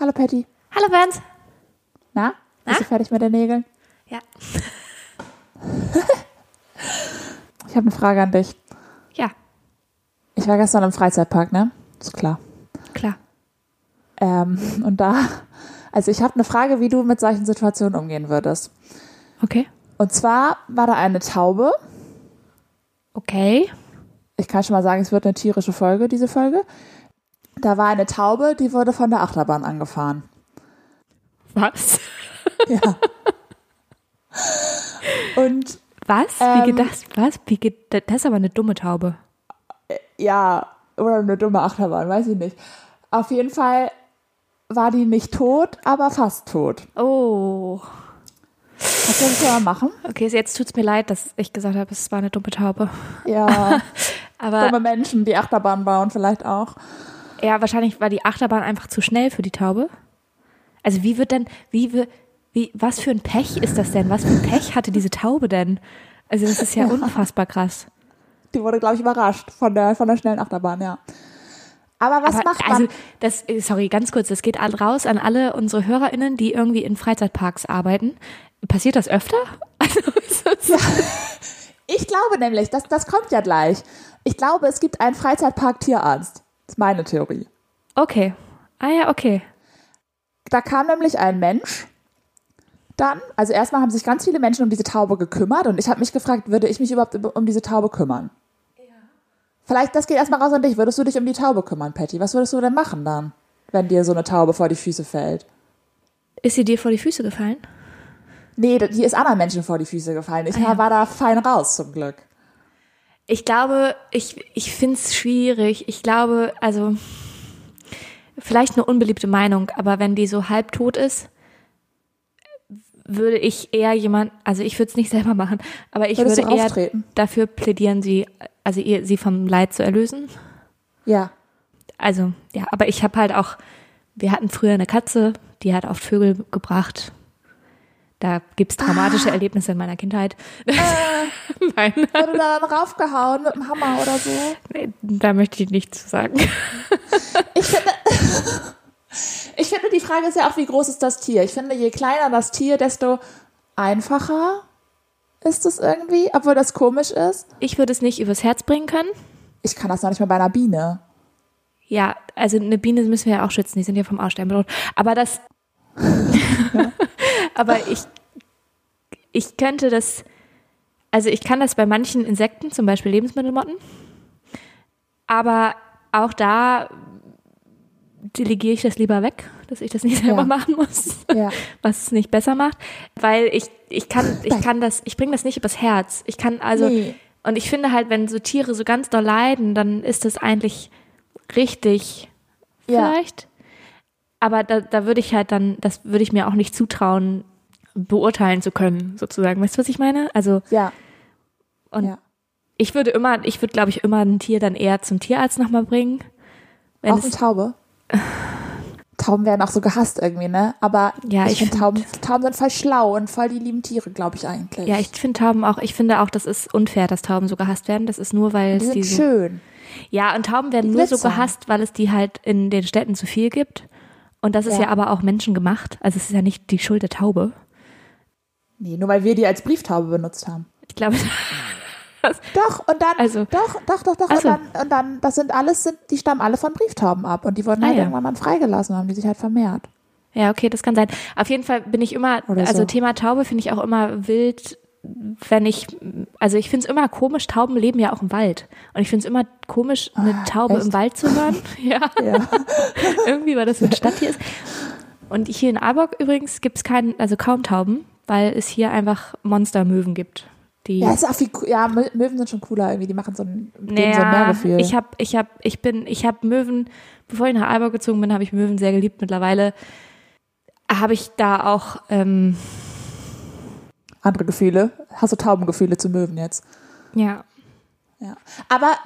Hallo Patty. Hallo Bernd. Na? Na? Bist du fertig mit den Nägeln? Ja. Ich habe eine Frage an dich. Ja, Ich war gestern im Freizeitpark, ne? Ist klar. klar. Ähm, und da, also ich habe eine Frage, wie du mit solchen Situationen umgehen würdest. Okay. Und zwar war da eine Taube. Okay. Ich kann schon mal sagen, es wird eine tierische Folge, diese Folge. Da war eine Taube, die wurde von der Achterbahn angefahren. Was? Ja. und Was? Ähm. Wie geht das? Was? Wie geht das? Das ist aber eine dumme Taube. ja, oder eine dumme Achterbahn, weiß ich nicht. Auf jeden Fall war die nicht tot, aber fast tot. Oh. Was soll ich da mal machen? Okay, also jetzt tut's mir leid, dass ich gesagt habe, es war eine dumme Taube. Ja, Aber dumme Menschen, die Achterbahn bauen vielleicht auch. ja, wahrscheinlich war die Achterbahn einfach zu schnell für die Taube. Also wie wird denn, wie wir, wie, was für ein Pech ist das denn? Was für ein Pech hatte diese Taube denn? Also das ist ja, unfassbar krass. Die wurde, glaube ich, überrascht von der, von der schnellen Achterbahn, ja. Aber was Aber, macht man? also, das, äh, sorry, ganz kurz, das geht all raus an alle unsere HörerInnen, die irgendwie in Freizeitparks arbeiten. Passiert das öfter? Also, ist das- ich glaube nämlich, das, das kommt ja gleich. Ich glaube, es gibt einen Freizeitpark-Tierarzt. Das ist meine Theorie. Okay. Ah ja, okay. Da kam nämlich ein Mensch. Dann, also erstmal haben sich ganz viele Menschen um diese Taube gekümmert und ich habe mich gefragt, würde ich mich überhaupt über- um diese Taube kümmern? Ja. Vielleicht, das geht erstmal raus an dich. Würdest du dich um die Taube kümmern, Patty? Was würdest du denn machen dann, wenn dir so eine Taube vor die Füße fällt? Ist sie dir vor die Füße gefallen? Nee, die ist anderen Menschen vor die Füße gefallen. Ich ja. war da fein raus, zum Glück. Ich glaube, ich, ich finde es schwierig. Ich glaube, also, vielleicht eine unbeliebte Meinung, aber wenn die so halbtot ist, würde ich eher jemand, also ich würde es nicht selber machen, aber ich Würdest würde du eher auftreten? dafür plädieren, sie, also ihr, sie vom Leid zu erlösen. Ja. Also, ja, aber ich habe halt auch, wir hatten früher eine Katze, die hat oft Vögel gebracht. Da gibt's dramatische Erlebnisse in meiner Kindheit. Nein, Wurde da dann raufgehauen mit dem Hammer oder so? nee, da möchte ich nichts zu sagen. Ich finde, ich finde, die Frage ist ja auch, wie groß ist das Tier? Ich finde, je kleiner das Tier, desto einfacher ist es irgendwie, obwohl das komisch ist. Ich würde es nicht übers Herz bringen können. Ich kann das noch nicht mal bei einer Biene. Ja, also eine Biene müssen wir ja auch schützen, die sind ja vom Aussterben bedroht. Aber das, aber ich, ich könnte das, also ich kann das bei manchen Insekten, zum Beispiel Lebensmittelmotten, aber auch da delegiere ich das lieber weg, dass ich das nicht selber Ja. machen muss, Ja. was es nicht besser macht, weil ich, ich kann, ich Nein. kann das, ich bringe das nicht übers Herz. Ich kann also, Nee. und ich finde halt, wenn so Tiere so ganz doll leiden, dann ist das eigentlich richtig Ja. vielleicht. Aber da, da würde ich halt dann, das würde ich mir auch nicht zutrauen, beurteilen zu können, sozusagen. Weißt du, was ich meine? Also Ja. Und- ja. ich würde immer, ich würde, glaube ich, immer ein Tier dann eher zum Tierarzt nochmal bringen. Wenn Auch eine es, Taube. Tauben werden auch so gehasst irgendwie, ne? Aber Ja, ich finde, find- Tauben, Tauben sind voll schlau und voll die lieben Tiere, glaube ich eigentlich. ja, ich finde Tauben auch, ich finde auch, das ist unfair, dass Tauben so gehasst werden. Das ist nur, weil die es sind die so, schön. Ja, und Tauben werden nur so glitzern. gehasst, weil es die halt in den Städten zu viel gibt. Und das ist Ja. ja aber auch menschengemacht. Also es ist ja nicht die Schuld der Taube. Nee, nur weil wir die als Brieftaube benutzt haben. Ich glaube, Doch, und dann, Also- doch, doch, doch, doch, Ach so. und, dann, und dann, das sind alles, sind, die stammen alle von Brieftauben ab und die wurden Ah, halt ja. irgendwann dann freigelassen und haben die sich halt vermehrt. Ja, okay, das kann sein. Auf jeden Fall bin ich immer, Oder also so. Thema Taube finde ich auch immer wild, wenn ich, also ich finde es immer komisch, Tauben leben ja auch im Wald. Und ich finde es immer komisch, eine Taube im Ah, echt? Wald zu hören. ja, Ja. irgendwie, weil das so ein Stadttier ist. Und hier in Aalborg übrigens gibt es keinen, also kaum Tauben, weil es hier einfach Monstermöwen gibt. Die ja, ist auch viel, co- ja, Mö- Möwen sind schon cooler irgendwie, die machen so ein, geben so ein Naja, Mehrgefühl. Ich habe, ich habe, ich bin, ich habe Möwen, bevor ich nach Alba gezogen bin, habe ich Möwen sehr geliebt. Mittlerweile habe ich da auch, ähm, Andere Gefühle. Hast du Taubengefühle zu Möwen jetzt? ja, Ja. Aber,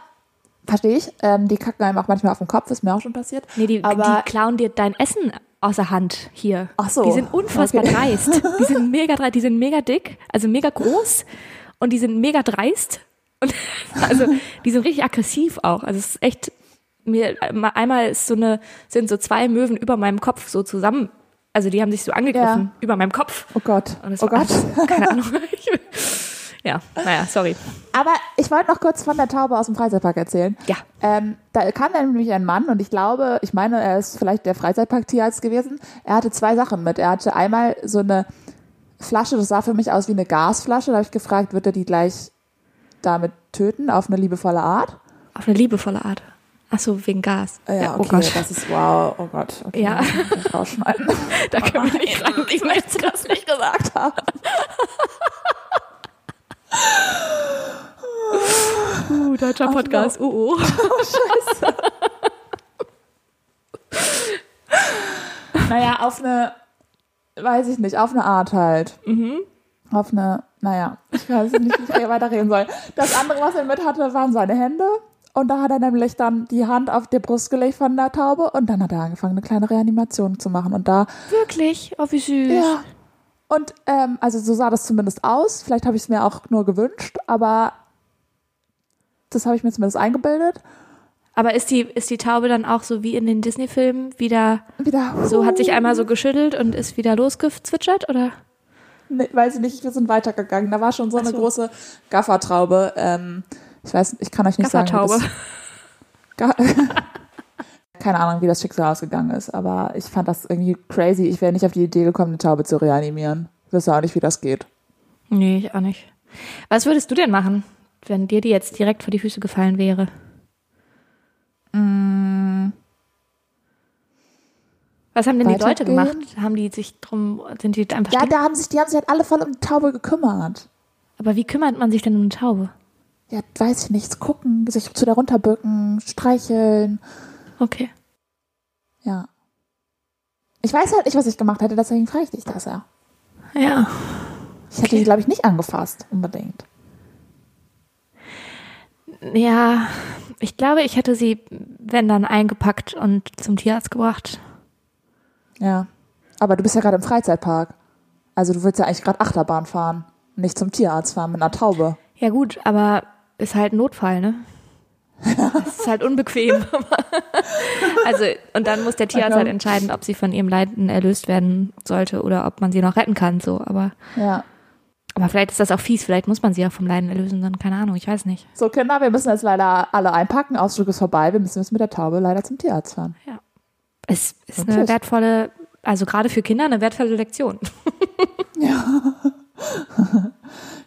verstehe ich, ähm, die kacken einem auch manchmal auf den Kopf, ist mir auch schon passiert. nee, die, Aber die klauen dir dein Essen aus der Hand hier. Ach so. Die sind unfassbar Okay. dreist. Die sind mega dreist, die sind mega dick, also mega groß und die sind mega dreist. Und also die sind richtig aggressiv auch. Also es ist echt mir einmal ist so eine, sind so zwei Möwen über meinem Kopf so zusammen. Also die haben sich so angegriffen Ja. über meinem Kopf. Oh Gott. Und es Oh war- Gott. Keine Ahnung. ja, naja, sorry. Aber ich wollte noch kurz von der Taube aus dem Freizeitpark erzählen. Ja. Ähm, da kam dann nämlich ein Mann und ich glaube, ich meine, er ist vielleicht der Freizeitparktierarzt gewesen. Er hatte zwei Sachen mit. Er hatte einmal so eine Flasche, das sah für mich aus wie eine Gasflasche. Da habe ich gefragt, wird er die gleich damit töten, auf eine liebevolle Art? Auf eine liebevolle Art. Ach so, wegen Gas. Ah oh Gott. das ist wow, oh Gott. Okay, Ja. das muss ich rausschneiden. da können wir nicht rein. Oh Ich möchte das nicht gesagt. Uh, deutscher Podcast. Uh, uh. Naja, auf eine, weiß ich nicht, auf eine Art halt. Mhm. Auf eine, naja, ich weiß nicht, wie ich hier weiterreden soll. Das andere, was er mit hatte, waren seine Hände. Und da hat er nämlich dann die Hand auf die Brust gelegt von der Taube und dann hat er angefangen, eine kleine Reanimation zu machen. Und da, Wirklich? Oh, wie süß. ja. Und ähm, also so sah das zumindest aus. Vielleicht habe ich es mir auch nur gewünscht, aber das habe ich mir zumindest eingebildet. Aber ist die, ist die Taube dann auch so wie in den Disney-Filmen wieder Wieder, so, hat sich einmal so geschüttelt und ist wieder losgezwitschert, oder? Nee, weiß ich nicht, wir sind weitergegangen. Da war schon so eine so. große Gaffertraube. Ähm, ich weiß, ich kann euch nicht sagen. Gaffertaube. wie das- Ga Keine Ahnung, wie das Schicksal ausgegangen ist, aber ich fand das irgendwie crazy. Ich wäre nicht auf die Idee gekommen, eine Taube zu reanimieren. Ich wüsste auch nicht, wie das geht. Nee, ich auch nicht. Was würdest du denn machen, wenn dir die jetzt direkt vor die Füße gefallen wäre? Mm. Was haben denn die Leute Weitergehen? gemacht? Haben die sich drum, sind die einfach Ja, stehen? da haben sich, die haben sich halt alle voll um die Taube gekümmert. Aber wie kümmert man sich denn um eine Taube? Ja, weiß ich nichts. Gucken, sich zu der runterbücken, streicheln. Okay. Ja. Ich weiß halt nicht, was ich gemacht hätte, deswegen frage ich dich das ja. Ja. Ich hätte Okay. die, glaube ich, nicht angefasst, unbedingt. Ja, ich glaube, ich hätte sie, wenn dann, eingepackt und zum Tierarzt gebracht. Ja. Aber du bist ja gerade im Freizeitpark. Also du willst ja eigentlich gerade Achterbahn fahren. Nicht zum Tierarzt fahren mit einer Taube. Ja, gut, aber ist halt ein Notfall, ne? Es ist halt unbequem. also, und dann muss der Tierarzt halt entscheiden, ob sie von ihrem Leiden erlöst werden sollte oder ob man sie noch retten kann, so. Aber, Ja. aber vielleicht ist das auch fies, vielleicht muss man sie ja vom Leiden erlösen, dann keine Ahnung, ich weiß nicht. So, Kinder, wir müssen jetzt leider alle einpacken. Ausflug ist vorbei. Wir müssen jetzt mit der Taube leider zum Tierarzt fahren. Es ist Und eine tschüss. wertvolle, also gerade für Kinder eine wertvolle Lektion.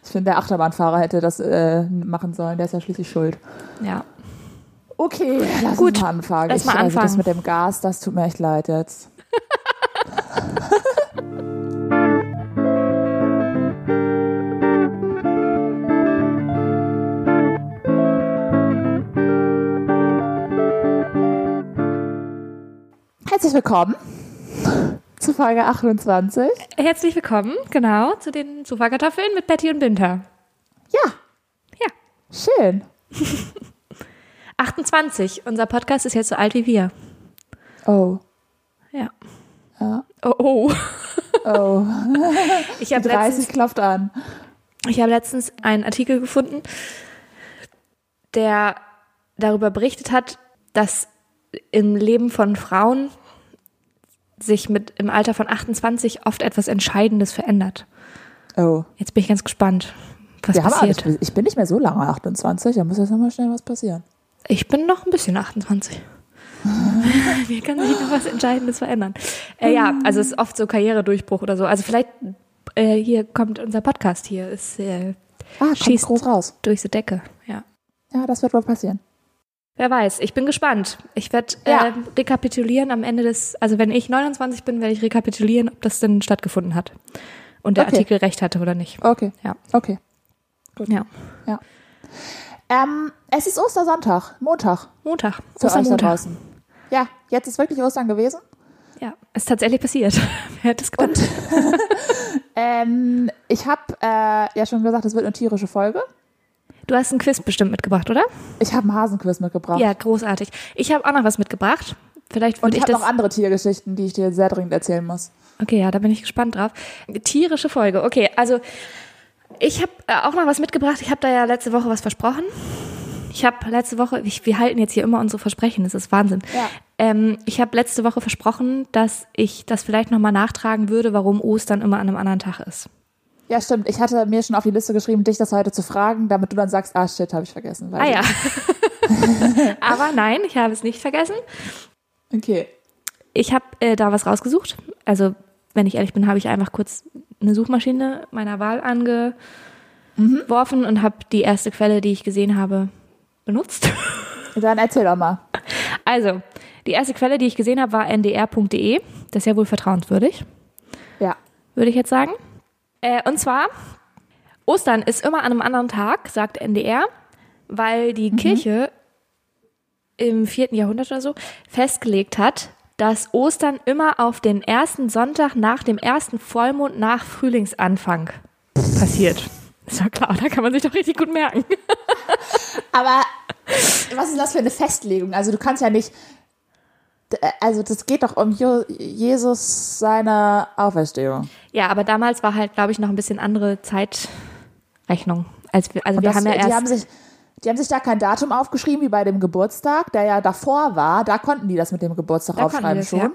Ich finde, der Achterbahnfahrer hätte das äh, machen sollen. Der ist ja schließlich schuld. Ja. Okay, lass Gut, uns mal anfangen. lass ich, mal Also das anfangen. mit dem Gas, das tut mir echt leid jetzt. Herzlich willkommen zu Folge 28. Herzlich willkommen, genau, zu den Sofakartoffeln mit Betty und Binter. Ja, Ja. schön. 28, unser Podcast ist jetzt so alt wie wir. Oh, Ja. Ja. Oh, oh. oh, Ich habe 30 letztens klopft an. Ich habe letztens einen Artikel gefunden, der darüber berichtet hat, dass im Leben von Frauen sich mit im Alter von 28 oft etwas Entscheidendes verändert. Oh. Jetzt bin ich ganz gespannt, was Wir haben passiert. alles- ich bin nicht mehr so lange, 28, da muss jetzt nochmal schnell was passieren. Ich bin noch ein bisschen 28. Mir kann sich noch was Entscheidendes verändern. Äh, ja, also es ist oft so Karrieredurchbruch oder so. Also vielleicht äh, hier kommt unser Podcast hier, ist äh, Ah, kommt Schießt. groß raus. durch die Decke, ja. Ja, das wird wohl passieren. Wer weiß, ich bin gespannt. Ich werde Ja. äh, rekapitulieren am Ende des, also wenn ich 29 bin, werde ich rekapitulieren, ob das denn stattgefunden hat. Und der Okay. Artikel recht hatte oder nicht. Okay. Ja. Okay. Ja. Ähm, es ist Ostersonntag, Montag Montag. für euch da Ostermontag. draußen. Ja, jetzt ist wirklich Ostern gewesen. Ja, ist tatsächlich passiert. Wer hätte es gedacht? Ähm, ich habe äh, ja schon gesagt, es wird eine tierische Folge. Du hast einen Quiz bestimmt mitgebracht, oder? Ich habe einen Hasenquiz mitgebracht. Ja, großartig. Ich habe auch noch was mitgebracht. Vielleicht Und würde ich ich habe das. noch andere Tiergeschichten, die ich dir sehr dringend erzählen muss. Okay, ja, da bin ich gespannt drauf. Tierische Folge. Okay, also ich habe äh, auch mal was mitgebracht. Ich habe da ja letzte Woche was versprochen. Ich Ich habe letzte Woche, ich, wir halten jetzt hier immer unsere Versprechen, das ist Wahnsinn. Ja. Ähm, ich habe letzte Woche versprochen, dass ich das vielleicht nochmal nachtragen würde, warum Ostern immer an einem anderen Tag ist. Ja, stimmt. Ich hatte mir schon auf die Liste geschrieben, dich das heute zu fragen, damit du dann sagst, ah shit, habe ich vergessen. Weil Ah ja. Aber nein, ich habe es nicht vergessen. Okay. Ich habe äh, da was rausgesucht. Also, wenn ich ehrlich bin, habe ich einfach kurz eine Suchmaschine meiner Wahl angeworfen und habe die erste Quelle, die ich gesehen habe, benutzt. Dann erzähl doch mal. Also, die erste Quelle, die ich gesehen habe, war ndr.de. E. Das ist ja wohl vertrauenswürdig, Ja. würde ich jetzt sagen. Äh, und zwar, Ostern ist immer an einem anderen Tag, sagt NDR, weil die Mhm. Kirche im vierten Jahrhundert oder so festgelegt hat, dass Ostern immer auf den ersten Sonntag nach dem ersten Vollmond nach Frühlingsanfang passiert. Ist ja klar, da kann man sich doch richtig gut merken. Aber was ist das für eine Festlegung? Also du kannst ja nicht. d- Also das geht doch um Jo- Jesus seine Auferstehung. Ja, aber damals war halt, glaube ich, noch ein bisschen andere Zeitrechnung. Als wir, also wir Das- haben ja die erst. haben sich die haben sich da kein Datum aufgeschrieben wie bei dem Geburtstag, der ja davor war. Da konnten die das mit dem Geburtstag da konnten wir aufschreiben das, schon.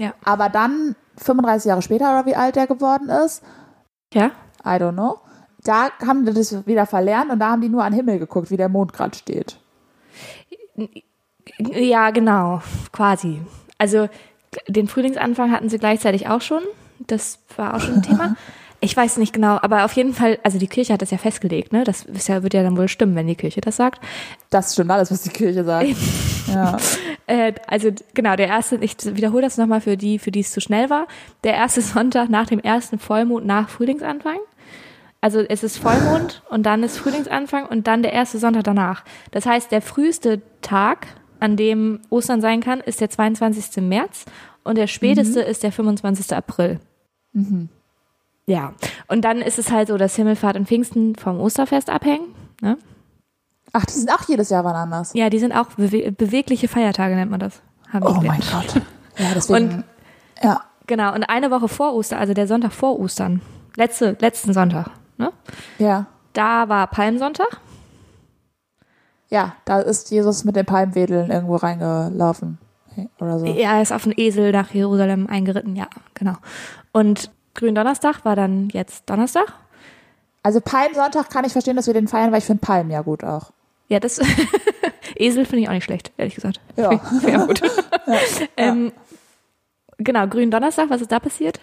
Ja. Aber dann 35 Jahre später oder wie alt der geworden ist, ja. Ja. I don't know. Da haben die das wieder verlernt und da haben die nur an den Himmel geguckt, wie der Mond gerade steht. Ja, genau, quasi. Also den Frühlingsanfang hatten sie gleichzeitig auch schon. Das war auch schon ein Thema. Ich weiß nicht genau, aber auf jeden Fall, also die Kirche hat das ja festgelegt, ne? Das ist ja, wird ja dann wohl stimmen, wenn die Kirche das sagt. Das stimmt alles, was die Kirche sagt. ja. Äh, also genau, der erste, ich wiederhole das nochmal für die, für die es zu schnell war. Der erste Sonntag nach dem ersten Vollmond nach Frühlingsanfang. Also es ist Vollmond und dann ist Frühlingsanfang und dann der erste Sonntag danach. Das heißt, der früheste Tag, an dem Ostern sein kann, ist der 22. März und der Mhm. späteste ist der 25. April. Ja, und dann ist es halt so, dass Himmelfahrt und Pfingsten vom Osterfest abhängen. Ne? Ach, die sind auch jedes Jahr wann anders. Ja, die sind auch bewe bewegliche Feiertage, nennt man das. Haben Oh mein Gott. Ja, deswegen. Und- ja. Genau, und eine Woche vor Ostern, also der Sonntag vor Ostern, letzte, letzten Sonntag, ne? Ja. da war Palmsonntag. Ja, da ist Jesus mit den Palmwedeln irgendwo reingelaufen. Oder so. Er ist auf den Esel nach Jerusalem eingeritten, ja, genau. Und Gründonnerstag war dann jetzt Donnerstag. Also Palmsonntag kann ich verstehen, dass wir den feiern, weil ich finde Palmen ja gut auch. Ja, das Esel finde ich auch nicht schlecht, ehrlich gesagt. Ja. Sehr gut. ähm, genau, Gründonnerstag, was ist da passiert?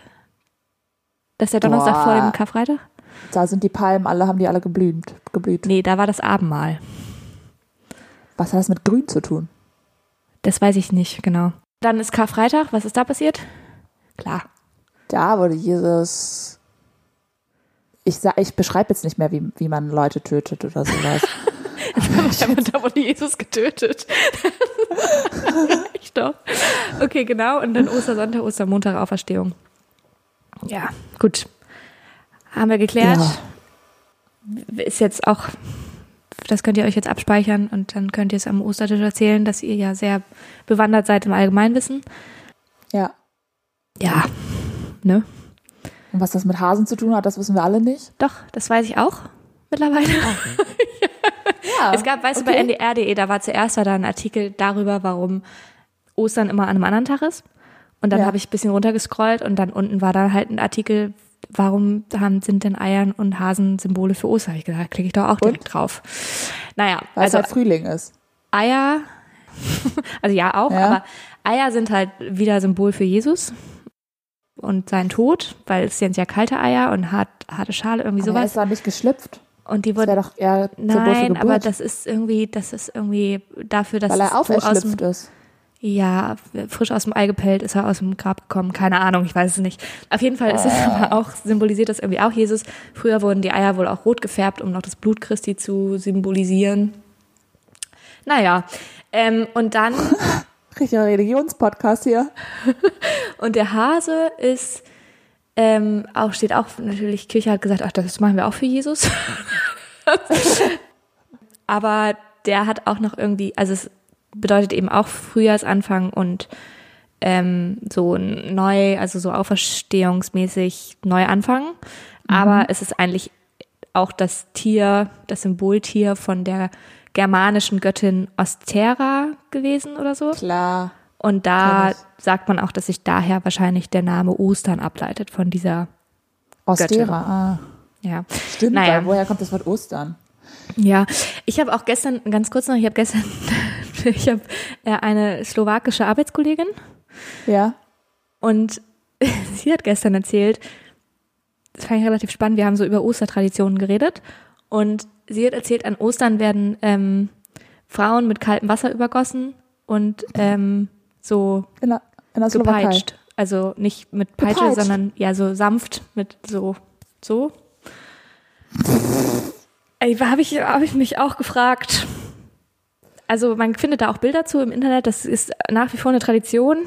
Das ist der Donnerstag vor Boah. dem Karfreitag? Da sind die Palmen, alle haben die alle geblüht. geblüht. Nee, da war das Abendmahl. Was hat das mit Grün zu tun? Das weiß ich nicht, genau. Dann ist Karfreitag, was ist da passiert? Klar, Da wurde Jesus. Ich, sa- ich beschreibe jetzt nicht mehr, wie, wie man Leute tötet oder sowas. Und da wurde Jesus getötet. ich doch. Okay, genau. Und dann Ostersonntag, Ostermontag, Auferstehung. Ja, gut. Haben wir geklärt. Ist jetzt auch, das könnt ihr euch jetzt abspeichern und dann könnt ihr es am Ostertisch erzählen, dass ihr ja sehr bewandert seid im Allgemeinwissen. ja. Ja, ne? Und was das mit Hasen zu tun hat, das wissen wir alle nicht. Doch, das weiß ich auch mittlerweile. Ah, Ja. Es gab, weißt du, bei ndr.de, E, da war zuerst war da ein Artikel darüber, warum Ostern immer an einem anderen Tag ist. Und dann Ja. habe ich ein bisschen runtergescrollt und dann unten war da halt ein Artikel, warum haben, sind denn Eiern und Hasen Symbole für Ostern? Hab Ich gedacht, da klicke ich doch auch direkt drauf. Naja, Weil es also halt Frühling ist. Eier, also ja auch, Ja. aber Eier sind halt wieder Symbol für Jesus und seinen Tod, weil es sind ja kalte Eier und hart, harte Schale, irgendwie Aber er sowas. ist da nicht geschlüpft. Und die Das wurden wäre doch eher Symbol für Nein, Geburt, aber das ist irgendwie, das ist irgendwie dafür, dass weil es er du aus dem, auferschlüpft ist. ja, frisch aus dem Ei gepellt ist er aus dem Grab gekommen. Keine Ahnung, ich weiß es nicht. Auf jeden Fall ist es Ah. aber auch, symbolisiert das irgendwie auch Jesus. Früher wurden die Eier wohl auch rot gefärbt, um noch das Blut Christi zu symbolisieren. Naja, ähm, und dann, Richtiger Religionspodcast hier. und der Hase ist, ähm, auch, steht auch, natürlich, Kirche hat gesagt, ach, das machen wir auch für Jesus. aber der hat auch noch irgendwie, also es bedeutet eben auch Frühjahrsanfang und ähm, so neu, also so auferstehungsmäßig neu anfangen. Aber es ist eigentlich auch das Tier, das Symboltier von der germanischen Göttin Ostera gewesen oder so. Klar. Und da Kenn sagt man auch, dass sich daher wahrscheinlich der Name Ostern ableitet von dieser, Göttin. Ostera. Ah. ja. Stimmt, Naja. weil woher kommt das Wort Ostern? Ja, ich habe auch gestern, ganz kurz noch, ich habe gestern, ich habe äh, eine slowakische Arbeitskollegin Ja. und sie hat gestern erzählt, das fand ich relativ spannend, wir haben so über Ostertraditionen geredet und sie hat erzählt, an Ostern werden ähm, Frauen mit kaltem Wasser übergossen und ähm, so In der, in der Slowakei. gepeitscht. Also nicht mit Peitsche, Gepeitscht. sondern ja, so sanft mit so, so. Habe ich, hab ich mich auch gefragt. Also man findet da auch Bilder zu im Internet, das ist nach wie vor eine Tradition.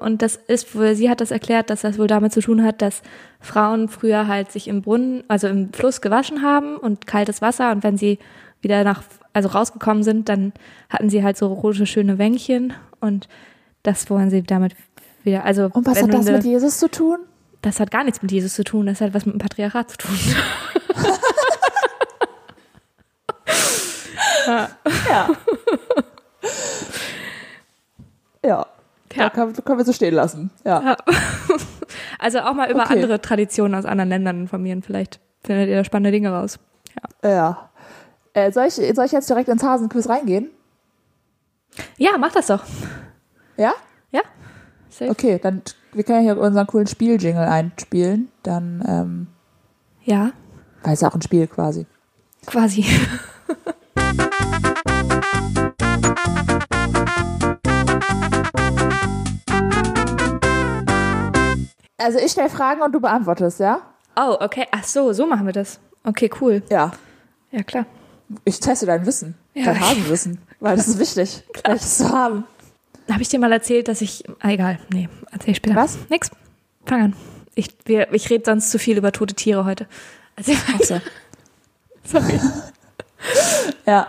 Und das ist wohl, sie hat das erklärt, dass das wohl damit zu tun hat, dass Frauen früher halt sich im Brunnen, also im Fluss gewaschen haben und kaltes Wasser und wenn sie wieder nach, also rausgekommen sind, dann hatten sie halt so rote, schöne Wänkchen und das wollen sie damit wieder, also. Und was wenn hat du das eine- mit Jesus zu tun? das hat gar nichts mit Jesus zu tun, das hat was mit dem Patriarchat zu tun. Ja. ja. Da kann, können wir so stehen lassen. Ja. Also auch mal über Okay. andere Traditionen aus anderen Ländern informieren, vielleicht findet ihr da spannende Dinge raus. ja. Äh, soll, ich, soll ich jetzt direkt ins Hasenquiz reingehen? Ja, mach das doch. Ja? Ja. Safe. Okay, dann wir können ja hier unseren coolen Spieljingle einspielen. Dann, ähm, Ja, weil es ja auch ein Spiel quasi. quasi. Also ich stelle Fragen und du beantwortest, ja? Oh, okay. Ach so, so machen wir das. Okay, cool. Ja. Ja, klar. Ich teste dein Wissen. Ja. Dein Hasenwissen. Weil das ist wichtig, welches zu haben. Habe ich dir mal erzählt, dass ich. Ah, egal. Nee, erzähl ich später. Was? Nix. Fang an. Ich, wir, ich rede sonst zu viel über tote Tiere heute. Also, Erzähl weiter. Sorry. Ja.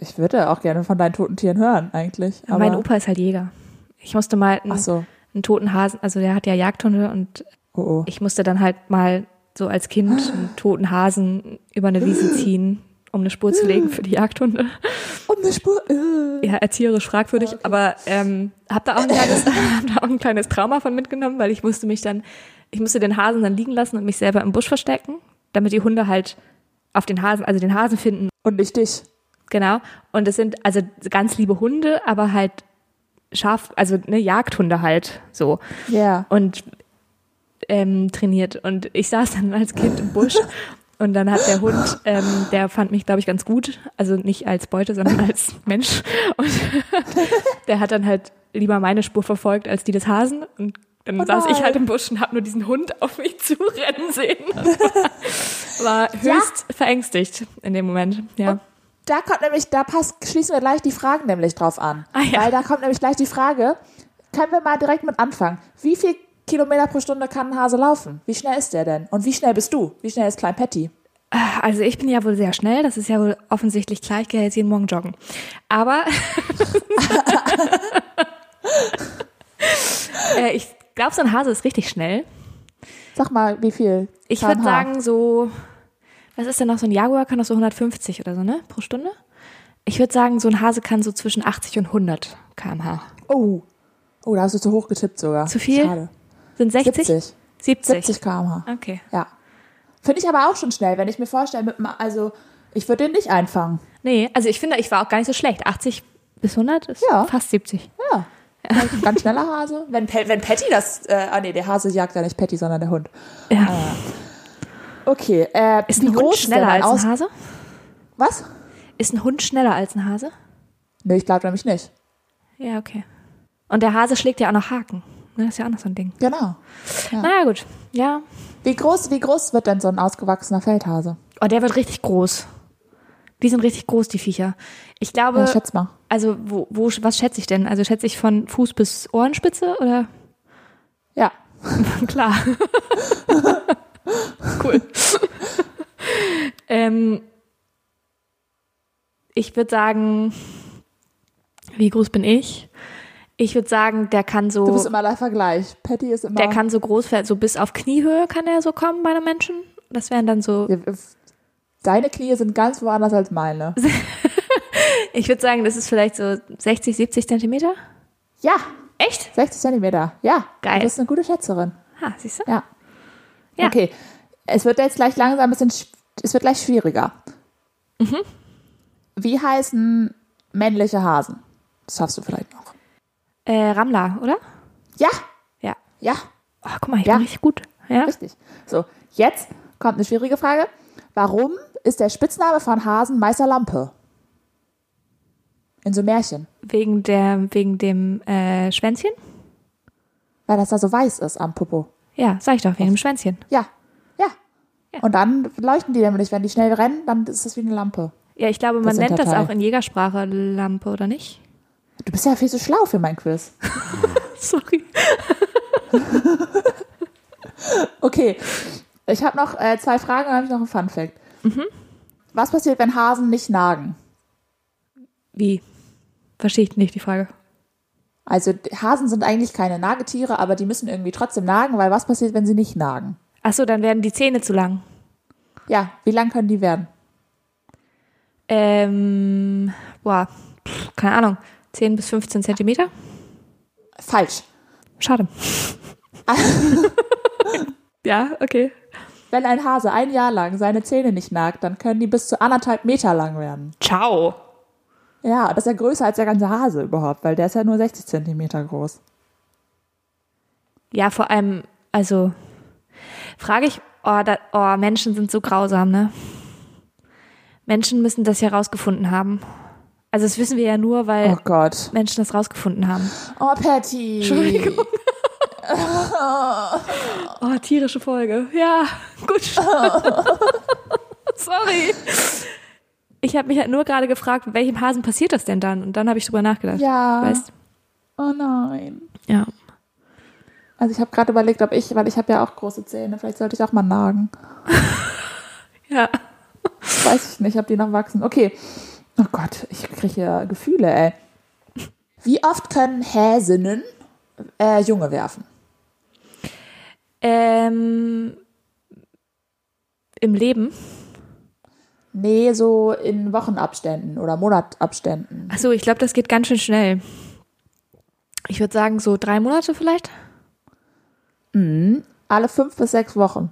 Ich würde auch gerne von deinen toten Tieren hören, eigentlich. Aber, mein Opa ist halt Jäger. Ich musste mal einen, Ach so. einen toten Hasen, also der hat ja Jagdhunde und Oh, oh. ich musste dann halt mal so als Kind einen toten Hasen über eine Wiese ziehen, um eine Spur zu legen für die Jagdhunde. Um eine Spur. Äh. ja, erzieherisch fragwürdig, aber ähm, hab da, auch ein kleines, hab da auch ein kleines Trauma von mitgenommen, weil ich musste mich dann, ich musste den Hasen dann liegen lassen und mich selber im Busch verstecken, damit die Hunde halt auf den Hasen, also den Hasen finden, Und nicht dich. genau. Und es sind also ganz liebe Hunde, aber halt scharf, also ne, Jagdhunde halt so Ja. und ähm, trainiert. Und ich saß dann als Kind im Busch und dann hat der Hund, ähm, der fand mich, glaube ich, ganz gut. Also nicht als Beute, sondern als Mensch. Und der hat dann halt lieber meine Spur verfolgt als die des Hasen. Und dann Oh saß ich nein. halt im Busch und habe nur diesen Hund auf mich zurennen sehen. Und War höchst verängstigt in dem Moment. Ja. Da kommt nämlich, da passt, schließen wir gleich die Fragen nämlich drauf an. Ah, ja. Weil da kommt nämlich gleich die Frage, können wir mal direkt mit anfangen. Wie viel Kilometer pro Stunde kann ein Hase laufen? Wie schnell ist der denn? Und wie schnell bist du? Wie schnell ist Klein Patty? Also ich bin ja wohl sehr schnell, das ist ja wohl offensichtlich klar, ich gehe jetzt jeden Morgen joggen. Aber äh, ich glaube, so ein Hase ist richtig schnell. Sag mal, wie viel? Ich würde kmh? sagen so, was ist denn noch, so ein Jaguar kann doch so 150 oder so, ne, pro Stunde? Ich würde sagen, so ein Hase kann so zwischen 80 und 100 km/h. Oh. Oh, da hast du zu hoch getippt sogar. Zu viel? Schade. Sind 60? 70. 70. 70 km/h. Okay. Ja. Finde ich aber auch schon schnell, wenn ich mir vorstelle, mit dem, also ich würde den nicht einfangen. Nee, also ich finde, ich war auch gar nicht so schlecht. 80 bis 100 ist Ja. fast 70. Ja. Ganz- Ganz schneller Hase. Wenn, Pe- wenn Patty das, äh, ah nee, der Hase jagt ja nicht Patty, sondern der Hund. Ja. Okay, äh, ist wie ein Hund groß schneller denn als aus ein Hase? Was? Ist ein Hund schneller als ein Hase? Nee, ich glaube nämlich nicht. Ja, okay. Und der Hase schlägt ja auch noch Haken. Ne, Das ist ja auch noch so ein Ding. Genau. Na ja, gut. Ja. Wie groß, wie groß wird denn so ein ausgewachsener Feldhase? Oh, der wird richtig groß. Die sind richtig groß, die Viecher. Ich glaube, Ja, schätz mal. also wo, wo, was schätze ich denn? Also schätze ich von Fuß bis Ohrenspitze oder? Ja. Klar. cool. ähm, ich würde sagen, wie groß bin ich? Ich würde sagen, der kann so. Du bist immer der Vergleich. Patty ist immer. Der kann so groß werden, so bis auf Kniehöhe kann er so kommen bei einem Menschen. Das wären dann so, Ja, Deine Knie sind ganz woanders als meine. Ich würde sagen, das ist vielleicht so 60, 70 Zentimeter. Ja, Echt? 60 Zentimeter. Ja, Geil. du bist eine gute Schätzerin. Ah, siehst du? Ja. Ja. Okay. Es wird jetzt gleich langsam ein bisschen, sch- es wird gleich schwieriger. Mhm. Wie heißen männliche Hasen? Das schaffst du vielleicht noch. Äh, Ramla, oder? Ja, Ja. ja, Oh, guck mal, ich Ja. bin richtig gut. Ja. richtig. So, jetzt kommt eine schwierige Frage. Warum ist der Spitzname von Hasen Meister Lampe? In so Märchen. Wegen, der, wegen dem äh, Schwänzchen? Weil das da so weiß ist am Popo. Ja, sag ich doch, wegen dem Schwänzchen. Ja, ja. Ja. Und dann leuchten die nämlich, wenn die schnell rennen, dann ist das wie eine Lampe. Ja, ich glaube, man Das nennt das Unterteil. auch in Jägersprache Lampe, oder nicht? Du bist ja viel zu schlau für mein Quiz. Sorry. Okay, ich habe noch äh, zwei Fragen und habe ich noch einen Fun Fact. Mhm. Was passiert, wenn Hasen nicht nagen? Wie? Verstehe ich nicht die Frage. Also die Hasen sind eigentlich keine Nagetiere, aber die müssen irgendwie trotzdem nagen, weil was passiert, wenn sie nicht nagen? Ach so, dann werden die Zähne zu lang. Ja, wie lang können die werden? Ähm, boah, pff, keine Ahnung. 10 bis 15 Zentimeter? Falsch. Schade. ja, okay. Wenn ein Hase ein Jahr lang seine Zähne nicht nagt, dann können die bis zu anderthalb Meter lang werden. Ciao. Ja, das ist ja größer als der ganze Hase überhaupt, weil der ist ja nur 60 Zentimeter groß. Ja, vor allem, also frage ich, oh, da, oh, Menschen sind so grausam, ne? Menschen müssen das ja rausgefunden haben. Also das wissen wir ja nur, weil Oh Gott. Menschen das rausgefunden haben. Oh, Patty. Entschuldigung. Oh, tierische Folge. Ja, gut. Sorry. Ich habe mich halt nur gerade gefragt, mit welchem Hasen passiert das denn dann? Und dann habe ich drüber nachgedacht. Ja. Weißt? Oh nein. Ja. Also ich habe gerade überlegt, ob ich, weil ich habe ja auch große Zähne, vielleicht sollte ich auch mal nagen. Ja. Weiß ich nicht, ob die noch wachsen. Okay. Oh Gott, ich kriege hier Gefühle, ey. Wie oft können Häsinnen äh, Junge werfen? Ähm, Im Leben. Nee, so in Wochenabständen oder Monatabständen. Ach so, ich glaube, das geht ganz schön schnell. Ich würde sagen, so drei Monate vielleicht? Mhm. Alle fünf bis sechs Wochen.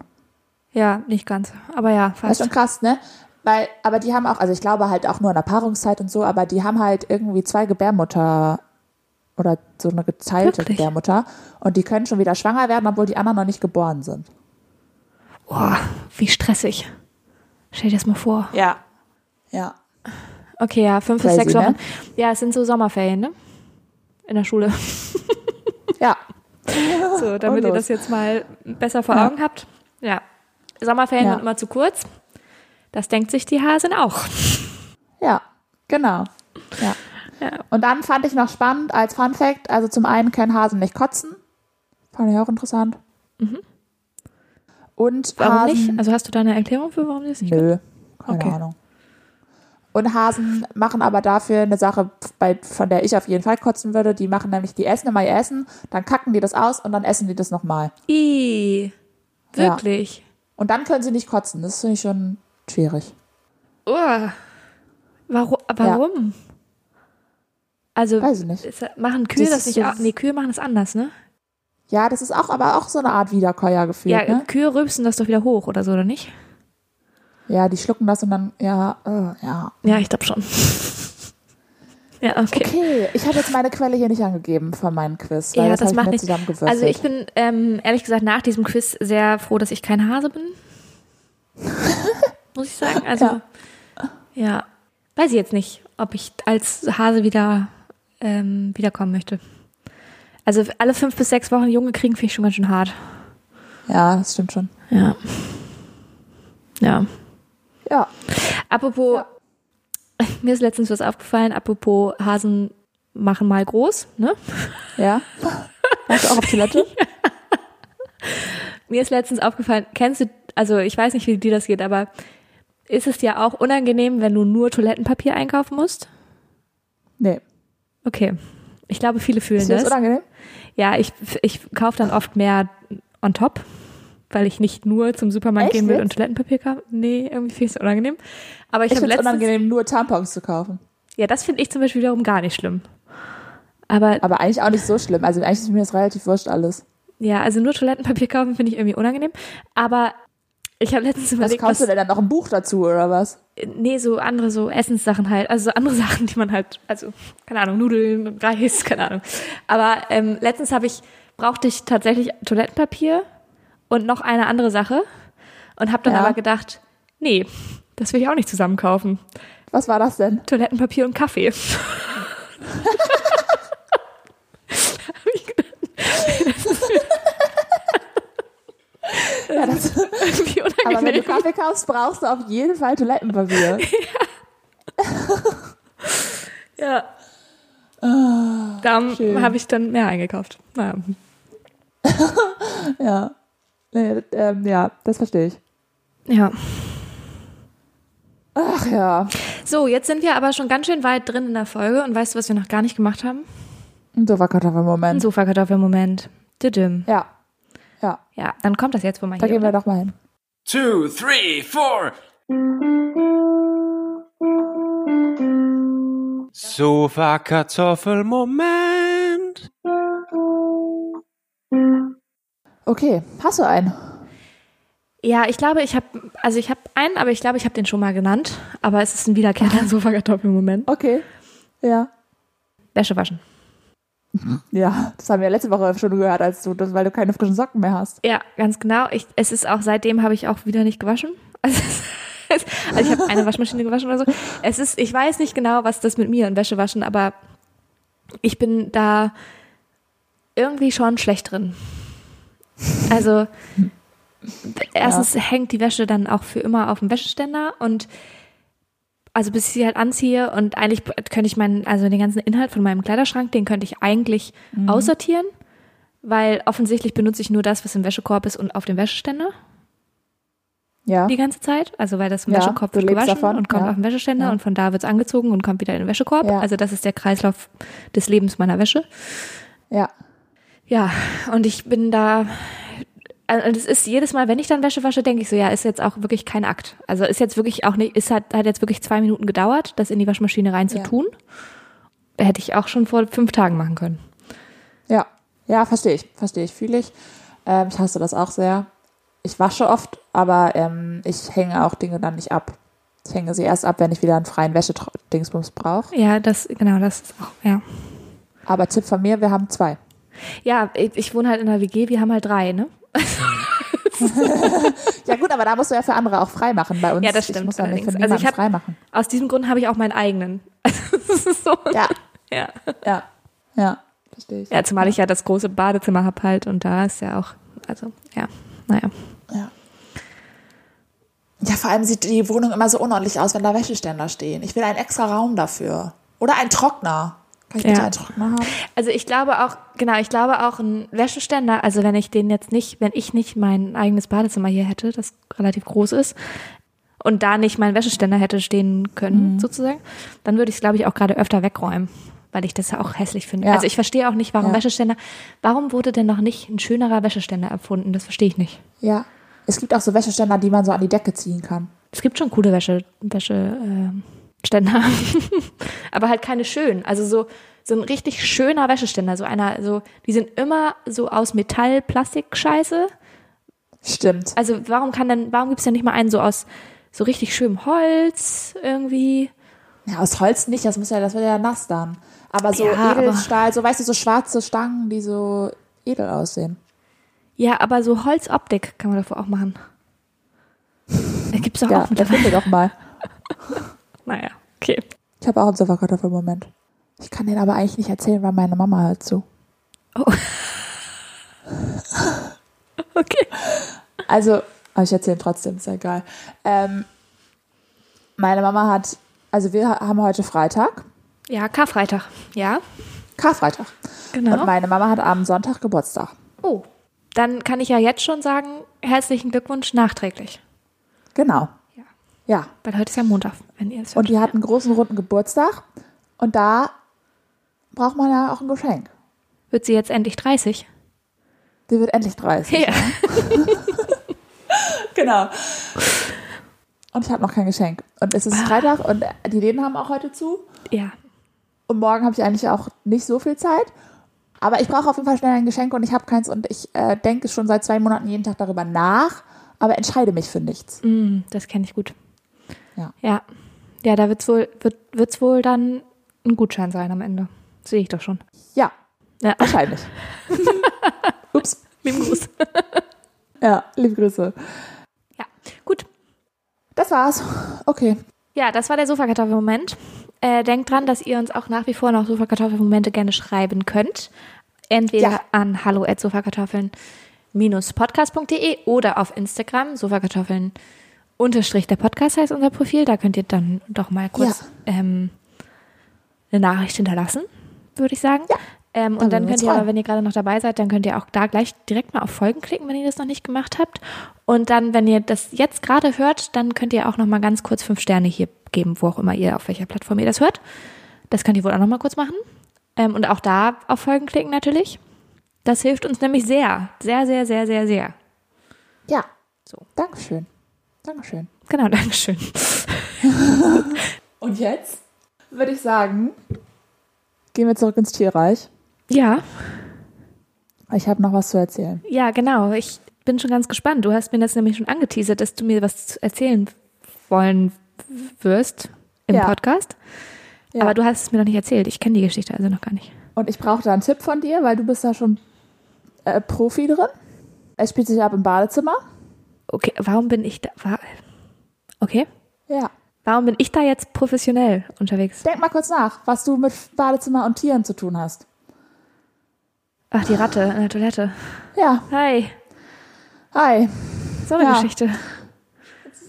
Ja, nicht ganz. Aber ja, Das ist fast. schon krass, ne? Weil, aber die haben auch, also ich glaube halt auch nur in der Paarungszeit und so, aber die haben halt irgendwie zwei Gebärmutter oder so eine geteilte Wirklich? Gebärmutter und die können schon wieder schwanger werden, obwohl die anderen noch nicht geboren sind. Boah, wie stressig. Stell dir das mal vor. Ja. Ja. Okay, ja, fünf Crazy, bis sechs ne? Wochen. Ja, es sind so Sommerferien, ne? In der Schule. Ja. So, damit ihr los. das jetzt mal besser vor Ja. Augen habt. Ja. Sommerferien Ja. sind immer zu kurz. Das denkt sich die Hasen auch. Ja. Genau. Ja. Und dann fand ich noch spannend als Fun Fact, also zum einen können Hasen nicht kotzen. Fand ich auch interessant. Und Mhm. Warum Hasen, nicht? Also hast du da eine Erklärung für, warum die das nicht? Nö, keine Okay. Ahnung. Und Hasen machen aber dafür eine Sache, bei, von der ich auf jeden Fall kotzen würde. Die machen nämlich, die essen immer ihr Essen, dann kacken die das aus und dann essen die das nochmal. I. Ja. Wirklich. Und dann können sie nicht kotzen. Das finde ich schon schwierig. Oh. Warum? warum? Also Weiß ich nicht. ist, machen Kühe Das das, ist nicht? so- au- nee, Kühe machen das anders, ne? Ja, das ist auch, aber auch so eine Art Wiederkäuergefühl. Ja, Ja, ne? Kühe rülpsen das doch wieder hoch oder so, oder nicht? äh. ja, die schlucken das und dann, ja, äh, ja. Ja, ich glaube schon. ja, okay. Okay, ich habe jetzt meine Quelle hier nicht angegeben von meinem Quiz, weil Ja, das, das habe ich macht mir nichts. zusammengewürfelt. Also ich bin ähm, ehrlich gesagt nach diesem Quiz sehr froh, dass ich kein Hase bin. Muss ich sagen. Also ja. Ja. weiß ich jetzt nicht, ob ich als Hase wieder ähm, wiederkommen möchte. Also alle fünf bis sechs Wochen Junge kriegen finde ich schon ganz schön hart. ja, das stimmt schon. Ja. Ja. Ja, Apropos, Ja. mir ist letztens was aufgefallen, apropos Hasen machen mal groß, ne? ja. Warst du auch auf Toilette? Mir ist letztens aufgefallen, kennst du, also ich weiß nicht, wie dir das geht, aber ist es dir auch unangenehm, wenn du nur Toilettenpapier einkaufen musst? Nee. Okay. Ich glaube, viele fühlen Ist dir das das. unangenehm? Ja, ich, ich kaufe dann oft mehr on top, weil ich nicht nur zum Supermarkt Echt gehen will jetzt? und Toilettenpapier kaufen. Nee, irgendwie finde ich es unangenehm. Aber ich, Ich habe finde es letztens. unangenehm, nur Tampons zu kaufen. Ja, das finde ich zum Beispiel wiederum gar nicht schlimm. Aber Aber eigentlich auch nicht so schlimm. Also eigentlich ist mir das relativ wurscht alles. ja, also nur Toilettenpapier kaufen finde ich irgendwie unangenehm. Aber ich habe Was letztens überlegt, kaufst du denn dann noch ein Buch dazu oder was? nee, so andere so Essenssachen halt, also so andere Sachen, die man halt, also keine Ahnung, Nudeln, Reis, keine Ahnung. Aber ähm, letztens habe ich brauchte ich tatsächlich Toilettenpapier und noch eine andere Sache und habe dann Ja. aber gedacht, nee, das will ich auch nicht zusammen kaufen. Was war das denn? Toilettenpapier und Kaffee. Hab ich gedacht, Ja, das, irgendwie aber wenn du unangenehm. Kaffee kaufst, brauchst du auf jeden Fall Toilettenpapier. Ja. da Ah, schön. habe ich dann mehr eingekauft. Naja. ja. Nee, ähm, ja, das verstehe ich. Ja. Ach ja. So, jetzt sind wir aber schon ganz schön weit drin in der Folge und weißt du, was wir noch gar nicht gemacht haben? Ein doofer Kartoffelmoment. Ein Sofakartoffelmoment. Didim. Ja. Ja, Ja, dann kommt das jetzt wohl mal da hier. gehen wir doch mal hin. two, three, four. Sofa Kartoffelmoment. Okay, hast du einen? Ja, ich glaube, ich habe, also ich habe einen, aber ich glaube, ich habe den schon mal genannt. Aber es ist ein wiederkehrender Sofakartoffelmoment. Okay. Ja. Wäsche waschen. Ja, das haben wir letzte Woche schon gehört, als du, das, weil du keine frischen Socken mehr hast. Ja, ganz genau. Ich, es ist auch seitdem habe ich auch wieder nicht gewaschen. Also, es- also ich habe eine Waschmaschine gewaschen oder so. Es ist, ich weiß nicht genau, was das mit mir und Wäsche waschen, aber ich bin da irgendwie schon schlecht drin. Also erstens hängt die Wäsche dann auch für immer auf dem Wäscheständer und also bis ich sie halt anziehe und eigentlich könnte ich meinen, also den ganzen Inhalt von meinem Kleiderschrank, den könnte ich eigentlich aussortieren, weil offensichtlich benutze ich nur das, was im Wäschekorb ist und auf dem Wäscheständer Ja. die ganze Zeit. Also weil das im Ja, Wäschekorb du wird lebst gewaschen davon, und kommt ja. auf den Wäscheständer Ja. und von da wird es angezogen und kommt wieder in den Wäschekorb. Ja. Also das ist der Kreislauf des Lebens meiner Wäsche. Ja. Ja, und ich bin da. also Und es ist jedes Mal, wenn ich dann Wäsche wasche, denke ich so, ja, ist jetzt auch wirklich kein Akt. Also ist jetzt wirklich auch nicht, ist hat, hat jetzt wirklich zwei Minuten gedauert, das in die Waschmaschine reinzutun. Hätte ich auch schon vor fünf Tagen machen können. Ja. Ja, verstehe ich. Verstehe ich. Fühle ich. Ähm, ich hasse das auch sehr. Ich wasche oft, aber ähm, ich hänge auch Dinge dann nicht ab. Ich hänge sie erst ab, wenn ich wieder einen freien Wäschedingsbums brauche. Ja, das, genau, das ist auch, ja. Aber Tipp von mir, wir haben zwei. Ja, ich, ich wohne halt in einer WG, wir haben halt drei, ne? Ja gut, aber da musst du ja für andere auch frei machen. Bei uns Ja, das ich stimmt muss ja nicht für allerdings. Also ich niemanden hab- frei machen. Aus diesem Grund habe ich auch meinen eigenen. Also, das ist so. Ja, Ja. ja, ja, verstehe ich. ja, zumal ich ja das große Badezimmer habe halt und da ist ja auch, also, ja, naja. Ja. Ja, vor allem sieht die Wohnung immer so unordentlich aus, wenn da Wäscheständer stehen. Ich will einen extra Raum dafür. Oder einen Trockner. Kann ich bitte Ja. einen Trockner haben? Also ich glaube auch, genau, ich glaube auch ein Wäscheständer, also wenn ich den jetzt nicht, wenn ich nicht mein eigenes Badezimmer hier hätte, das relativ groß ist, und da nicht mein Wäscheständer hätte stehen können, Mhm. sozusagen, dann würde ich es, glaube ich, auch gerade öfter wegräumen, weil ich das ja auch hässlich finde. Ja. Also ich verstehe auch nicht, warum Ja. Wäscheständer, warum wurde denn noch nicht ein schönerer Wäscheständer erfunden? Das verstehe ich nicht. Ja. Es gibt auch so Wäscheständer, die man so an die Decke ziehen kann. Es gibt schon coole Wäsche, Wäscheständer, aber halt keine schönen. Also so so ein richtig schöner Wäscheständer, so einer, so die sind immer so aus Metall, Plastik, Scheiße. Stimmt. Also warum kann denn, warum gibt's denn nicht mal einen so aus so richtig schönem Holz irgendwie? Ja, aus Holz nicht, das muss ja, das wird ja nass dann. Aber so Ja, aber- Edelstahl, so weißt du, so schwarze Stangen, die so edel aussehen. Ja, aber so Holzoptik kann man davor auch machen. Da gibt's doch Ja, auch da mit. finde doch mal. Naja, okay. Ich habe auch einen Sofakartoffelmoment. Ich kann den aber eigentlich nicht erzählen, weil meine Mama hört zu. Okay. Also, aber ich erzähle trotzdem, ist ja egal. Ähm, meine Mama hat, also wir ha- haben heute Freitag, Ja, Karfreitag. Ja, Karfreitag. Und genau. meine Mama hat am Sonntag Geburtstag. Oh. Dann kann ich ja jetzt schon sagen, herzlichen Glückwunsch nachträglich. Genau. Ja. Ja. Weil heute ist ja Montag, wenn ihr es Und hört. die hat einen großen runden Geburtstag. Und da braucht man ja auch ein Geschenk. Wird sie jetzt endlich 30? Die wird endlich 30. Ja. Genau. Und ich habe noch kein Geschenk. Und es ist Freitag und die Läden haben auch heute zu. Ja. Und morgen habe ich eigentlich auch nicht so viel Zeit. Aber ich brauche auf jeden Fall schnell ein Geschenk und ich habe keins und ich äh, denke schon seit zwei Monaten jeden Tag darüber nach, aber entscheide mich für nichts. Mm, das kenne ich gut. Ja. Ja. Ja, da wird's wohl, wird, wird's wohl dann ein Gutschein sein am Ende. Sehe ich doch schon. Ja, Ja. wahrscheinlich. Ups. Lieben Gruß. Ja, liebe Grüße. Ja. Gut. Das war's. Okay. Ja, das war der Sofakartoffelmoment. Äh, denkt dran, dass ihr uns auch nach wie vor noch Sofakartoffelmomente gerne schreiben könnt. Entweder Ja. an hallo podcastde oder auf Instagram sofakartoffeln unterstrich der Podcast heißt unser Profil. Da könnt ihr dann doch mal kurz ähm, eine Nachricht hinterlassen, würde ich sagen. Ja. Ähm, Da und dann würden wir uns könnt ihr aber, freuen. wenn ihr gerade noch dabei seid, dann könnt ihr auch da gleich direkt mal auf Folgen klicken, wenn ihr das noch nicht gemacht habt. Und dann, wenn ihr das jetzt gerade hört, dann könnt ihr auch noch mal ganz kurz fünf Sterne hier geben, wo auch immer ihr, auf welcher Plattform ihr das hört. Das könnt ihr wohl auch noch mal kurz machen. Ähm, und auch da auf Folgen klicken natürlich. Das hilft uns nämlich sehr, sehr, sehr, sehr, sehr, sehr. Ja. So. Dankeschön. Dankeschön. Genau, Dankeschön. Und jetzt würde ich sagen, gehen wir zurück ins Tierreich. Ja, Ich habe noch was zu erzählen. ja, genau. Ich bin schon ganz gespannt. Du hast mir das nämlich schon angeteasert, dass du mir was zu erzählen wollen wirst im Ja. Podcast. Ja. Aber du hast es mir noch nicht erzählt. Ich kenne die Geschichte also noch gar nicht. Und ich brauche da einen Tipp von dir, weil du bist da schon äh, Profi drin. Es spielt sich ab im Badezimmer. Okay, warum bin ich da? War, okay. Ja. Warum bin ich da jetzt professionell unterwegs? Denk mal kurz nach, was du mit Badezimmer und Tieren zu tun hast. Ach, die Ratte in der Toilette. Ja, Hi, hi. so eine Ja. Geschichte.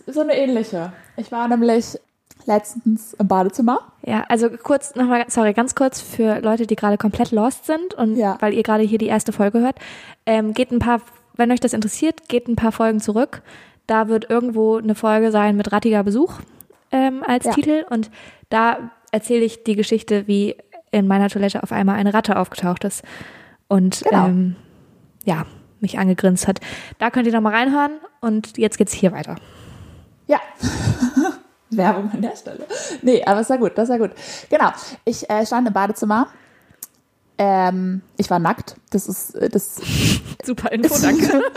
So eine ähnliche. Ich war nämlich letztens im Badezimmer. Ja, also kurz nochmal, sorry, ganz kurz für Leute, die gerade komplett lost sind und Ja. weil ihr gerade hier die erste Folge hört, ähm, geht ein paar, wenn euch das interessiert, geht ein paar Folgen zurück. Da wird irgendwo eine Folge sein mit rattiger Besuch ähm, als Ja. Titel und da erzähle ich die Geschichte, wie in meiner Toilette auf einmal eine Ratte aufgetaucht ist und Genau. ähm, ja mich angegrinst hat. Da könnt ihr nochmal reinhören und jetzt geht's hier weiter. Ja. Werbung an der Stelle. Nee, aber es war gut, das war gut. Genau. Ich äh, stand im Badezimmer. Ähm, ich war nackt. Das ist, äh, das Super Info, Oh, danke.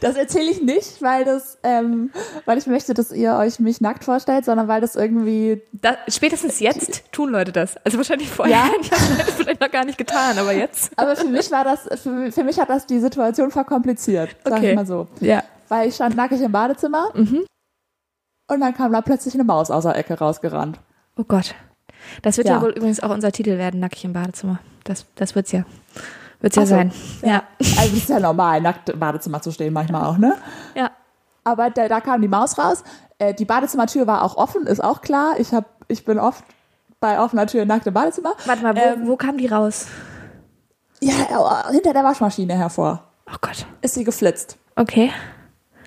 Das erzähle ich nicht, weil das, ähm, weil ich möchte, dass ihr euch mich nackt vorstellt, sondern weil das irgendwie, Da, spätestens jetzt tun Leute das. Also wahrscheinlich vorher Ja. hätten das Leute vielleicht noch gar nicht getan, aber jetzt. aber für mich war das, für, für mich hat das die Situation verkompliziert, sag Okay. Mhm. ich mal so. Ja. Weil ich stand nackig im Badezimmer und dann kam da plötzlich eine Maus aus der Ecke rausgerannt. Oh Gott. Das wird ja, Ja. wohl übrigens auch unser Titel werden, nackig im Badezimmer. Das, das wird's ja. Wird's ja Ach so. sein. Ja. Also ist ja normal, nackt im Badezimmer zu stehen manchmal auch, ne? Ja. Aber da, da kam die Maus raus. Äh, die Badezimmertür war auch offen, ist auch klar. Ich hab, ich bin oft bei offener Tür nackt im Badezimmer. Warte mal, wo, Ähm, wo kam die raus? ja, äh, hinter der Waschmaschine hervor Oh Gott. ist sie geflitzt. Okay.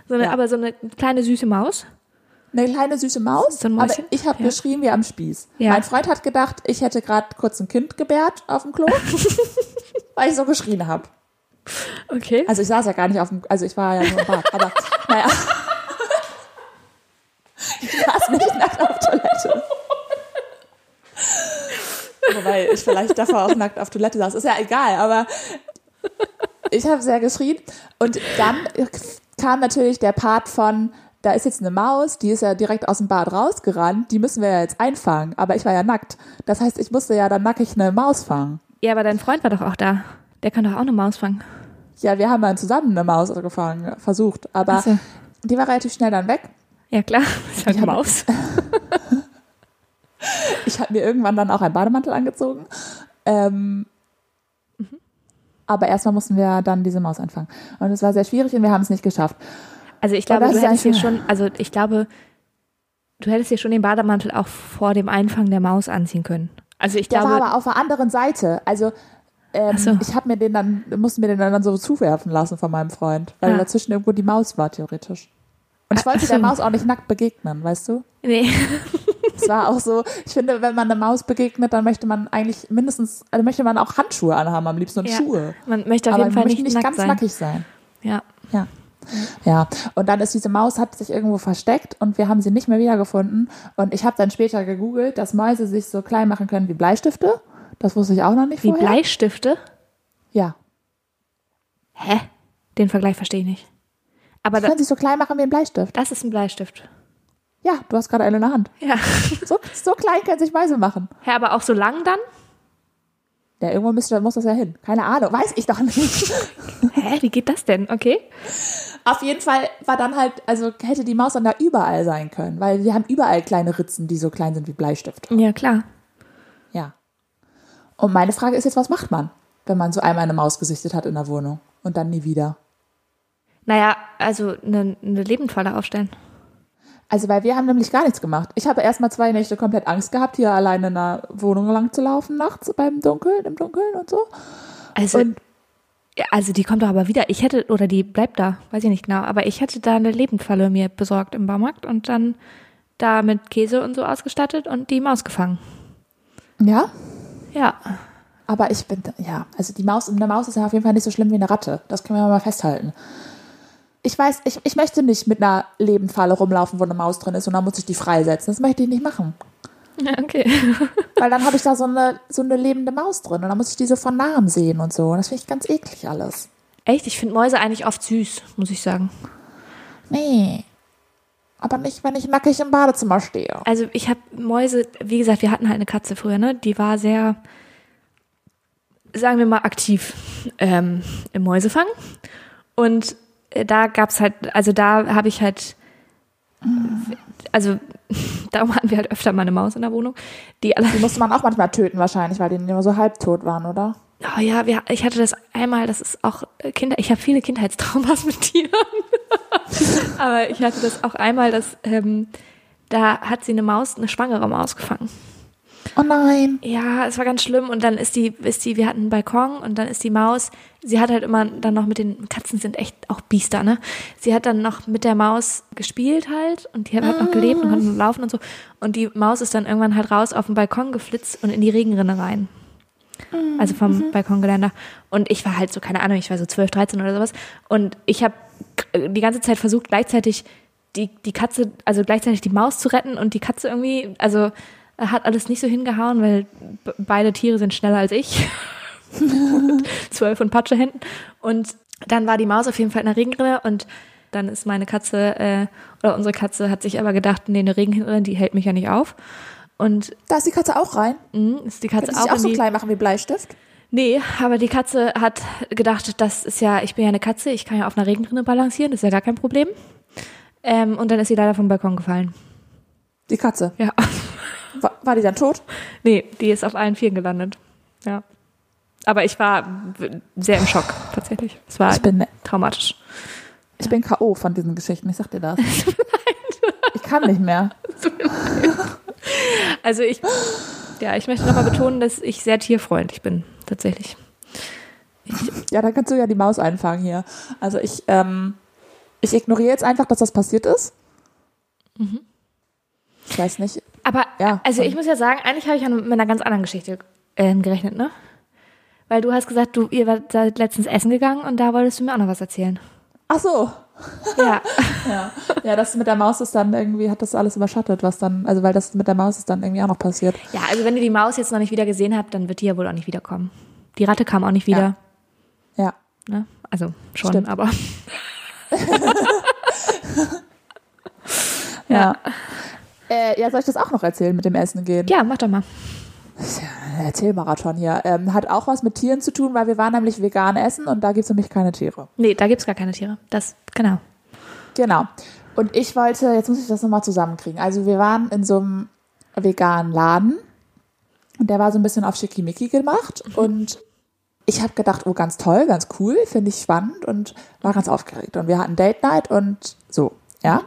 So eine, Ja. Aber so eine kleine süße Maus. Eine kleine süße Maus. So ein aber Mäuschen? ich habe Ja. geschrien wie am Spieß. Ja. Mein Freund hat gedacht, ich hätte gerade kurz ein Kind gebärt auf dem Klo, weil ich so geschrien habe. Okay. Also ich saß ja gar nicht auf dem, also ich war ja nur im Bad, aber naja. Ich saß nicht nackt auf Toilette. Wobei ich vielleicht davor auch nackt auf Toilette saß. Ist ja egal, aber ich habe sehr geschrien. Und dann kam natürlich der Part von, da ist jetzt eine Maus, die ist ja direkt aus dem Bad rausgerannt, die müssen wir ja jetzt einfangen. Aber ich war ja nackt. Das heißt, ich musste ja dann nackig eine Maus fangen. Ja, aber dein Freund war doch auch da. Der kann doch auch eine Maus fangen. Ja, wir haben dann zusammen eine Maus gefangen, versucht. Aber Ach so. die war relativ schnell dann weg. Ja, klar. Ist halt eine Maus. Ich habe mir irgendwann dann auch einen Bademantel angezogen. Ähm, Mhm. Aber erstmal mussten wir dann diese Maus einfangen. Und es war sehr schwierig und wir haben es nicht geschafft. Also ich Aber glaube, das du ist hättest dir eigentlich schon, also ich glaube, du hättest dir schon den Bademantel auch vor dem Einfangen der Maus anziehen können. Also ich Der glaube, war aber auf der anderen Seite. Also ähm, Ach so. ich habe mir den dann, musste mir den dann so zuwerfen lassen von meinem Freund, weil Ah. dazwischen irgendwo die Maus war, theoretisch. Und ich Ah, wollte ach so. der Maus auch nicht nackt begegnen, weißt du? nee. Es war auch so, ich finde, wenn man einer Maus begegnet, dann möchte man eigentlich mindestens, also möchte man auch Handschuhe anhaben am liebsten und Ja. Schuhe. Man möchte auf Aber jeden Fall man möchte nicht nicht, nackt ganz sein. nackig sein. Ja. Ja. Ja, und dann ist diese Maus, hat sich irgendwo versteckt und wir haben sie nicht mehr wiedergefunden. Und ich habe dann später gegoogelt, dass Mäuse sich so klein machen können wie Bleistifte. Das wusste ich auch noch nicht Wie vorher. Bleistifte? Ja. Hä? Den Vergleich verstehe ich nicht. Aber Die da, können sich so klein machen wie ein Bleistift. das ist ein Bleistift. Ja, du hast gerade einen in der Hand. Ja. So, so klein können sich Mäuse machen. Hä, aber auch so lang dann? Ja, irgendwo müsste, muss das ja hin. Keine Ahnung, weiß ich doch nicht. Hä, wie geht das denn? Okay. Auf jeden Fall war dann halt, also hätte die Maus dann da überall sein können, weil die haben überall kleine Ritzen, die so klein sind wie Bleistift. Ja, klar. Ja. Und meine Frage ist jetzt, was macht man, wenn man so einmal eine Maus gesichtet hat in der Wohnung und dann nie wieder? Naja, also eine ne Lebendfalle aufstellen. Also, weil wir haben nämlich gar nichts gemacht. Ich habe erstmal zwei Nächte komplett Angst gehabt, hier alleine in der Wohnung lang zu laufen, nachts beim Dunkeln, im Dunkeln und so. Also, Und- ja, also die kommt doch aber wieder. Ich hätte, oder die bleibt da, weiß ich nicht genau, aber ich hätte da eine Lebendfalle mir besorgt im Baumarkt und dann da mit Käse und so ausgestattet und die Maus gefangen. Ja, Ja. aber ich bin, ja, also die Maus, eine Maus ist ja auf jeden Fall nicht so schlimm wie eine Ratte. Das können wir mal festhalten. Ich weiß, ich, ich möchte nicht mit einer Lebenfalle rumlaufen, wo eine Maus drin ist und dann muss ich die freisetzen. Das möchte ich nicht machen. Ja, okay. Weil dann habe ich da so eine, so eine lebende Maus drin und dann muss ich die so von nahem sehen und so. Und das finde ich ganz eklig alles. Echt? Ich finde Mäuse eigentlich oft süß, muss ich sagen. Nee. Aber nicht, wenn ich nackig im Badezimmer stehe. Also ich habe Mäuse, wie gesagt, wir hatten halt eine Katze früher, ne? Die war sehr, sagen wir mal, aktiv ähm, im Mäusefang. Und äh, da gab's halt, also da habe ich halt, also darum hatten wir halt öfter mal eine Maus in der Wohnung, die alle Die musste man auch manchmal töten wahrscheinlich, weil die immer so halbtot waren, oder? Oh ja, wir, ich hatte das einmal, das ist auch äh, Kinder, ich habe viele Kindheitstraumas mit Tieren. Aber ich hatte das auch einmal, dass ähm, da hat sie eine Maus, eine schwangere Maus gefangen. Oh nein. Ja, es war ganz schlimm und dann ist die, ist die, wir hatten einen Balkon und dann ist die Maus, sie hat halt immer dann noch mit den, Katzen sind echt auch Biester, ne? Sie hat dann noch mit der Maus gespielt halt und die hat halt noch gelebt und konnte laufen und so und die Maus ist dann irgendwann halt raus auf den Balkon geflitzt und in die Regenrinne rein. Also vom Mhm. Balkongeländer. Und ich war halt so, keine Ahnung, ich war so 12, 13 oder sowas und ich habe die ganze Zeit versucht, gleichzeitig die, die Katze, also gleichzeitig die Maus zu retten und die Katze irgendwie, also äh, hat alles nicht so hingehauen, weil b- beide Tiere sind schneller als ich. Zwölf und Patschehänden. Und dann war die Maus auf jeden Fall in der Regenrinne und dann ist meine Katze, äh, oder unsere Katze hat sich aber gedacht, nee, eine Regenrinne, die hält mich ja nicht auf. Und Da ist die Katze auch rein. mh, ist die Katze Kann die auch, sich auch in so die, klein machen wie Bleistift? Nee, aber die Katze hat gedacht, das ist ja, ich bin ja eine Katze, ich kann ja auf einer Regenrinne balancieren, das ist ja gar kein Problem. Ähm, und dann ist sie leider vom Balkon gefallen. Die Katze. Ja. War, war die dann tot? Nee, die ist auf allen Vieren gelandet. Ja. Aber ich war w- sehr im Schock, tatsächlich. Es war Ich bin, ne- traumatisch. ich bin K.O. von diesen Geschichten, ich sag dir das. Ich kann nicht mehr. Also ich, ja, ich möchte nochmal betonen, dass ich sehr tierfreundlich bin, tatsächlich. Ja, dann kannst du ja die Maus einfangen hier. Also ich, ähm, ich ignoriere jetzt einfach, dass das passiert ist. Ich weiß nicht. Aber, Ja, also und- ich muss ja sagen, eigentlich habe ich ja mit einer ganz anderen Geschichte ähm, gerechnet, ne? Weil du hast gesagt, du, ihr wart- seid letztens essen gegangen und da wolltest du mir auch noch was erzählen. Ach so. Ja. Ja. ja, das mit der Maus ist dann irgendwie, hat das alles überschattet, was dann, also weil das mit der Maus ist dann irgendwie auch noch passiert. ja, also wenn ihr die Maus jetzt noch nicht wieder gesehen habt, dann wird die ja wohl auch nicht wiederkommen. Die Ratte kam auch nicht wieder, Ja. ne? Also schon, Stimmt. aber. Ja. Äh, ja, soll ich das auch noch erzählen mit dem Essen gehen? Ja, mach doch mal. Erzählmarathon hier. Ähm, hat auch was mit Tieren zu tun, weil wir waren nämlich vegan essen und da gibt's nämlich keine Tiere. Nee, da gibt's gar keine Tiere. Das, genau. Genau. Und ich wollte, jetzt muss ich das nochmal zusammenkriegen. Also wir waren in so einem veganen Laden und der war so ein bisschen auf Schickimicki gemacht und ich habe gedacht, oh, ganz toll, ganz cool, finde ich spannend und war ganz aufgeregt. Und wir hatten Date Night und so, ja.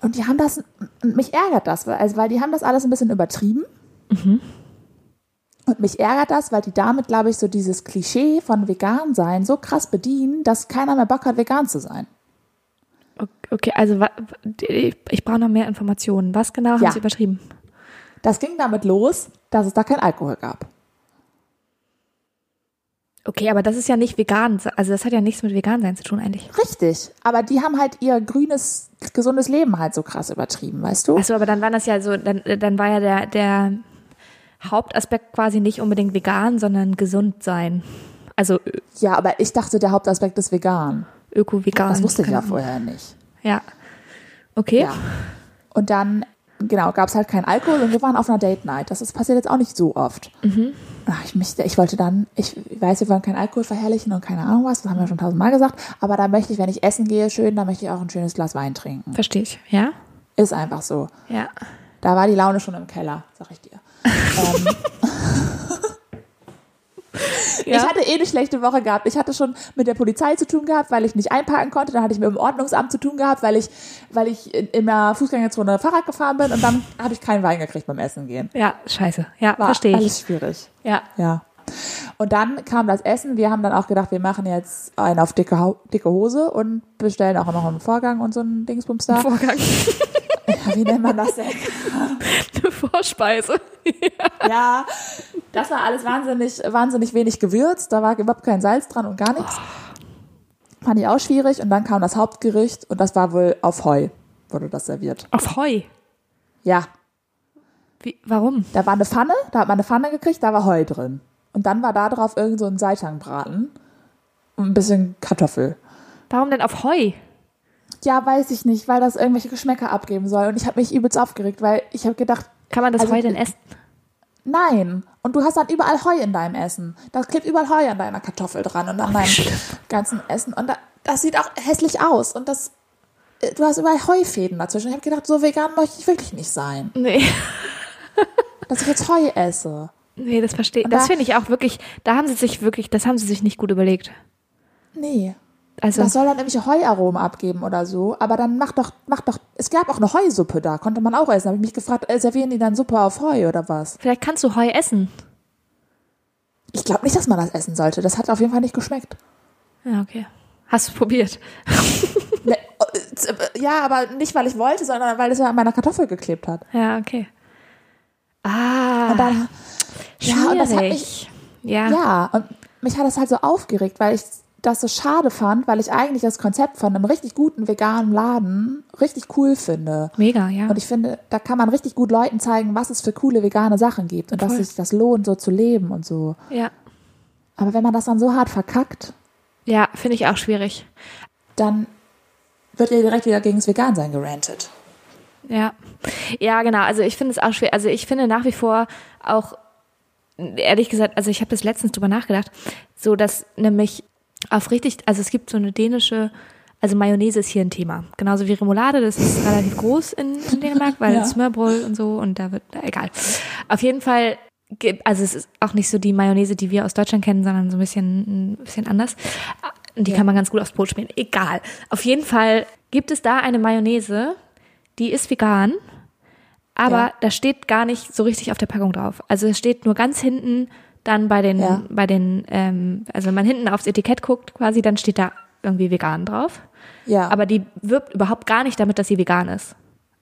Und die haben das, und mich ärgert das, weil, also, weil die haben das alles ein bisschen übertrieben. Und mich ärgert das, weil die damit, glaube ich, so dieses Klischee von vegan sein so krass bedienen, dass keiner mehr Bock hat, vegan zu sein. Okay, also wa- ich brauche noch mehr Informationen. Was genau haben Ja. sie übertrieben? Das ging damit los, dass es da kein Alkohol gab. Okay, aber das ist ja nicht vegan. Also das hat ja nichts mit vegan sein zu tun eigentlich. Richtig, aber die haben halt ihr grünes, gesundes Leben halt so krass übertrieben, weißt du? Achso, Also, aber dann war das ja so, dann, dann war ja der, der Hauptaspekt quasi nicht unbedingt vegan, sondern gesund sein. Also ö- Ja, aber ich dachte, der Hauptaspekt ist vegan. öko-vegan. Das wusste ich Keine ja Ahnung. vorher nicht. Ja. Okay. Ja. Und dann, genau, gab es halt keinen Alkohol und wir waren auf einer Date Night. Das ist, passiert jetzt auch nicht so oft. Ach, ich, mich, ich wollte dann, ich weiß, wir wollen keinen Alkohol verherrlichen und keine Ahnung was, das haben wir schon tausendmal gesagt, aber da möchte ich, wenn ich essen gehe, schön, da möchte ich auch ein schönes Glas Wein trinken. Verstehe ich. Ja? Ist einfach so. Ja. Da war die Laune schon im Keller, sag ich dir. ähm, Ich hatte eh eine schlechte Woche gehabt. Ich hatte schon mit der Polizei zu tun gehabt, weil ich nicht einparken konnte. Dann hatte ich mit dem Ordnungsamt zu tun gehabt, weil ich, weil ich in, in der Fußgängerzone Fahrrad gefahren bin. Und dann habe ich keinen Wein gekriegt beim Essen gehen. ja, scheiße. Ja, War verstehe ich. alles schwierig. Ja. Ja. Und dann kam das Essen. Wir haben dann auch gedacht, wir machen jetzt einen auf dicke, Hau- dicke Hose und bestellen auch noch einen Vorgang und so einen Dingsbums da. Vorgang. Ja, wie nennt man das denn? Eine Vorspeise. ja, das war alles wahnsinnig, wahnsinnig wenig gewürzt. Da war überhaupt kein Salz dran und gar nichts. Fand ich auch schwierig. Und dann kam das Hauptgericht und das war wohl auf Heu, wurde das serviert. Auf Heu. Ja, Wie, warum? da war eine Pfanne, da hat man eine Pfanne gekriegt, da war Heu drin. Und dann war da drauf irgend so ein Seitanbraten und ein bisschen Kartoffel. Warum denn auf Heu? Ja, weiß ich nicht, weil das irgendwelche Geschmäcker abgeben soll. Und ich habe mich übelst aufgeregt, weil ich habe gedacht, Kann man das Also- Heu denn essen? Nein. Und du hast dann überall Heu in deinem Essen. Da klebt überall Heu an deiner Kartoffel dran und an deinem ganzen Essen. Und da, das sieht auch hässlich aus. Und das, äh, du hast überall Heufäden dazwischen. Ich habe gedacht, so vegan möchte ich wirklich nicht sein. Nee. Dass ich jetzt Heu esse. Nee, das verstehe ich. Das da- finde ich auch wirklich, da haben sie sich wirklich, das haben sie sich nicht gut überlegt. Nee. Also, Das soll dann nämlich Heuaromen abgeben oder so. Aber dann mach doch, mach doch, es gab auch eine Heusuppe da. Konnte man auch essen. Da habe ich mich gefragt, äh, servieren die dann Suppe auf Heu oder was? vielleicht kannst du Heu essen. Ich glaube nicht, dass man das essen sollte. Das hat auf jeden Fall nicht geschmeckt. Ja, okay. Hast du probiert? Ne, äh, z- äh, Ja, aber nicht, weil ich wollte, sondern weil es ja an meiner Kartoffel geklebt hat. Ja, okay. Ah, Und dann, ja, und das hat mich, schwierig. Ja, ja, und mich hat das halt so aufgeregt, weil ich das so schade fand, weil ich eigentlich das Konzept von einem richtig guten veganen Laden richtig cool finde. mega, ja. Und ich finde, da kann man richtig gut Leuten zeigen, was es für coole vegane Sachen gibt und dass Voll. sich das lohnt, so zu leben und so. ja, Aber wenn man das dann so hart verkackt, ja finde ich auch schwierig. dann wird ihr direkt wieder gegen das Vegansein gerantet. Ja. Ja, genau. Also ich finde es auch schwer. Also ich finde nach wie vor auch, ehrlich gesagt, also ich habe das letztens drüber nachgedacht, so dass nämlich auf richtig, also es gibt so eine dänische, also Mayonnaise ist hier ein Thema. Genauso wie Remoulade, das ist relativ groß in, in Dänemark, weil Ja. ja. Smørbrød und so und da wird, na, egal. Auf jeden Fall, gibt- also es ist auch nicht so die Mayonnaise, die wir aus Deutschland kennen, sondern so ein bisschen, ein bisschen anders. Und die kann man ganz gut aufs Brot schmieren. Egal. Auf jeden Fall gibt es da eine Mayonnaise, die ist vegan, aber Ja. da steht gar nicht so richtig auf der Packung drauf. Also es steht nur ganz hinten dann bei den, Ja. bei den, ähm, also wenn man hinten aufs Etikett guckt quasi, dann steht da irgendwie vegan drauf. Ja. Aber die wirbt überhaupt gar nicht damit, dass sie vegan ist.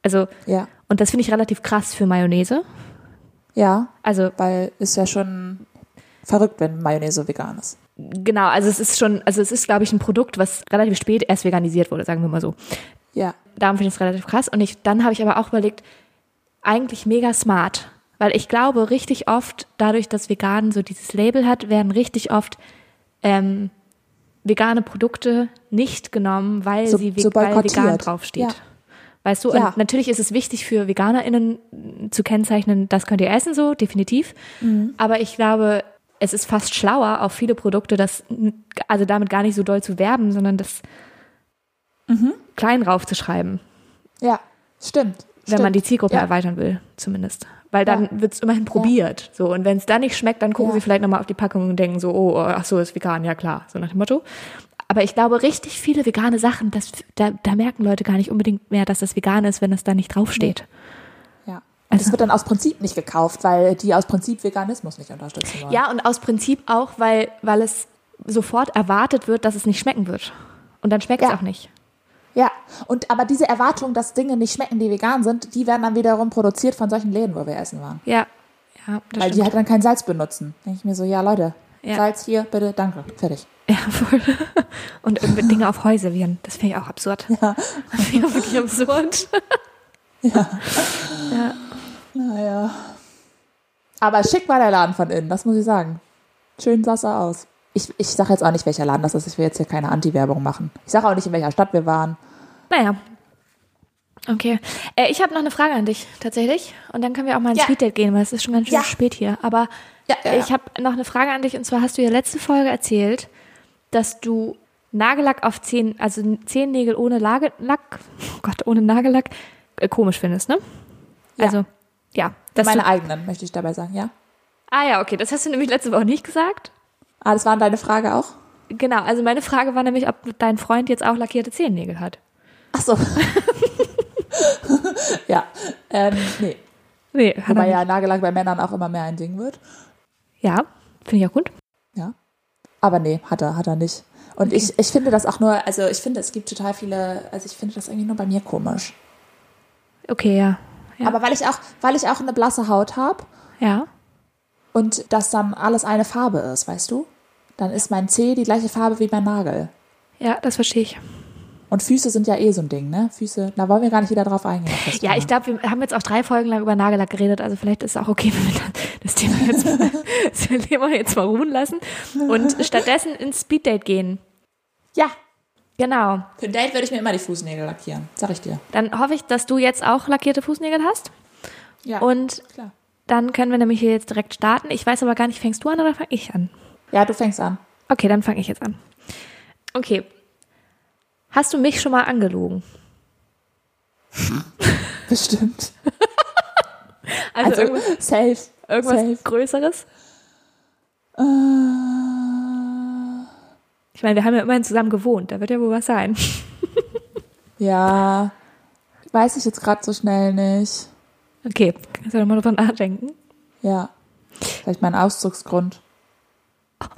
Also, ja. und das finde ich relativ krass für Mayonnaise. Ja. Also, Weil ist ja schon verrückt, wenn Mayonnaise vegan ist. genau, also es ist schon, also es ist, glaube ich, ein Produkt, was relativ spät erst veganisiert wurde, sagen wir mal so. Ja. darum finde ich es relativ krass. Und ich, dann habe ich aber auch überlegt, eigentlich mega smart. Weil ich glaube, richtig oft, dadurch, dass vegan so dieses Label hat, werden richtig oft ähm, vegane Produkte nicht genommen, weil So- sie so ve weil vegan boykottiert. draufsteht. Ja. Weißt du, Ja. und natürlich ist es wichtig für VeganerInnen zu kennzeichnen, das könnt ihr essen, so, definitiv. Mhm. Aber ich glaube, es ist fast schlauer, auf viele Produkte das, n- also damit gar nicht so doll zu werben, sondern das Mhm. klein raufzuschreiben Ja. Stimmt. wenn man die Zielgruppe Ja. erweitern will, zumindest. Weil dann Ja. wird's wird es immerhin probiert. So, und wenn es dann nicht schmeckt, dann gucken Ja. sie vielleicht nochmal auf die Packung und denken so, oh, ach so, ist vegan, ja klar, so nach dem Motto. Aber ich glaube, richtig viele vegane Sachen, das, da, da merken Leute gar nicht unbedingt mehr, dass das vegan ist, wenn das da nicht draufsteht. Ja. Und es wird dann aus Prinzip nicht gekauft, weil die aus Prinzip Veganismus nicht unterstützen wollen. Ja, und aus Prinzip auch, weil, weil es sofort erwartet wird, dass es nicht schmecken wird. Und dann schmeckt es Ja. auch nicht. Ja. Und aber diese Erwartung, dass Dinge nicht schmecken, die vegan sind, die werden dann wiederum produziert von solchen Läden, wo wir essen waren. Ja, ja das Weil die stimmt. halt dann kein Salz benutzen. Denke ich mir so, ja Leute, Ja. Salz hier, bitte, danke, fertig. Ja, voll. Und irgendwie Dinge auf Häuser wirren. Das finde ich auch absurd. Ja. Das finde ich auch wirklich absurd. Naja. Aber schick war der Laden von innen, das muss ich sagen. Schön sah er aus. Ich, ich sage jetzt auch nicht, welcher Laden das ist. Ich will jetzt hier keine Anti-Werbung machen. Ich sage auch nicht, in welcher Stadt wir waren. Naja. Okay. Äh, ich habe noch eine Frage an dich tatsächlich. Und dann können wir auch mal ins Ja. Speeddate gehen, weil es ist schon ganz schön Ja. spät hier. Aber äh, Ja, ja, ich habe noch eine Frage an dich. Und zwar hast du ja letzte Folge erzählt, dass du Nagellack auf Zehen, also Zehennägel ohne Lage, Lack, oh Gott, ohne Nagellack, äh, komisch findest, ne? Ja. Also, ja. Dass Meine du, eigenen, möchte ich dabei sagen, ja. ah ja, okay. Das hast du nämlich letzte Woche nicht gesagt. Ah, das war deine Frage auch? Genau, also meine Frage war nämlich, ob dein Freund jetzt auch lackierte Zehennägel hat. Ach so. ja. Ähm, nee. Nee, hat Wobei er ja Nagellack bei Männern auch immer mehr ein Ding wird. nicht. Ja, finde ich auch gut. Ja. Aber nee, hat er, hat er nicht. Und ich, ich finde das auch nur, also ich finde, es gibt total viele, also ich finde das eigentlich nur bei mir komisch. Okay, ja. Ja. Aber weil ich auch, weil ich auch eine blasse Haut habe ja. und das dann alles eine Farbe ist, weißt du? Dann ist mein Zeh die gleiche Farbe wie mein Nagel. Ja, das verstehe ich. Und Füße sind ja eh so ein Ding, ne? Füße, da wollen wir gar nicht wieder drauf eingehen. Ja, ich glaube, wir haben jetzt auch drei Folgen lang über Nagellack geredet, also vielleicht ist es auch okay, wenn wir das Thema jetzt mal, das Thema jetzt mal ruhen lassen und stattdessen ins Speeddate gehen. Ja, Genau. für ein Date würde ich mir immer die Fußnägel lackieren, sag ich dir. Dann hoffe ich, dass du jetzt auch lackierte Fußnägel hast Ja, und klar. dann können wir nämlich hier jetzt direkt starten. Ich weiß aber gar nicht, fängst du an oder fange ich an? Ja, du fängst an. Okay, dann fange ich jetzt an. Okay. Hast du mich schon mal angelogen? Bestimmt. Also, Also, irgendwas, safe. irgendwas safe. Größeres? Äh, Ich meine, wir haben ja immerhin zusammen gewohnt, da wird ja wohl was sein. ja, weiß ich jetzt gerade so schnell nicht. Okay, kannst du doch mal drüber nachdenken. Ja, vielleicht mein Auszugsgrund.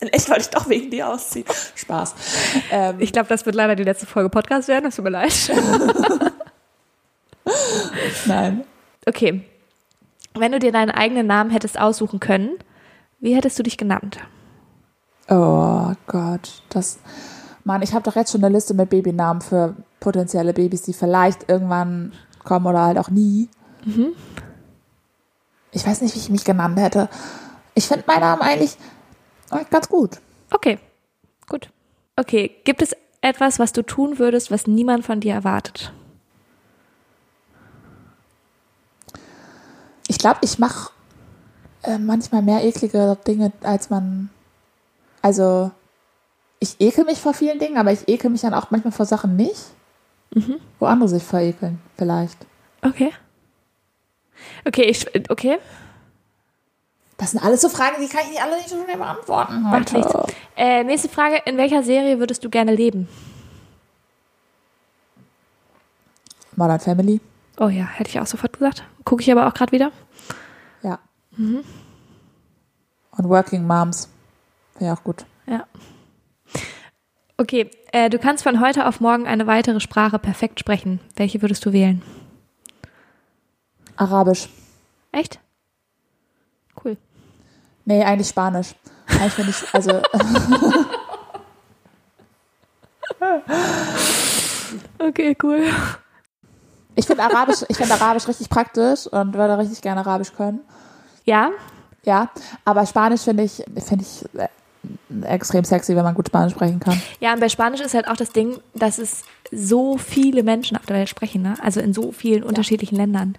In echt wollte ich doch wegen dir ausziehen. Spaß. Ähm, Ich glaube, das wird leider die letzte Folge Podcast werden, das tut mir leid. nein. Okay. Wenn du dir deinen eigenen Namen hättest aussuchen können, wie hättest du dich genannt? Oh Gott, das. Mann, ich habe doch jetzt schon eine Liste mit Babynamen für potenzielle Babys, die vielleicht irgendwann kommen oder halt auch nie. Ich weiß nicht, wie ich mich genannt hätte. Ich finde meinen Namen eigentlich äh, ganz gut. Okay, gut. Okay, gibt es etwas, was du tun würdest, was niemand von dir erwartet? Ich glaube, ich mache äh, manchmal mehr eklige Dinge, als man. Also, ich ekel mich vor vielen Dingen, aber ich ekel mich dann auch manchmal vor Sachen nicht, wo andere sich verekeln, vielleicht. Okay. Okay, ich, okay. Das sind alles so Fragen, die kann ich nicht alle nicht so schnell beantworten Macht nichts. heute. Äh, nächste Frage. In welcher Serie würdest du gerne leben? Modern Family, Oh ja, hätte ich auch sofort gesagt. Gucke ich aber auch gerade wieder. ja. Mhm. Und Working Moms, wäre auch gut. Ja. Okay, äh, du kannst von heute auf morgen eine weitere Sprache perfekt sprechen. Welche würdest du wählen? Arabisch, Echt? Cool. nee, eigentlich Spanisch. Eigentlich bin ich, also, Okay, cool. ich finde Arabisch, ich finde Arabisch richtig praktisch und würde richtig gerne Arabisch können. Ja, Ja, aber Spanisch finde ich, finde ich äh, extrem sexy, wenn man gut Spanisch sprechen kann. ja, und bei Spanisch ist halt auch das Ding, dass es so viele Menschen auf der Welt sprechen, ne? Also in so vielen unterschiedlichen Ländern.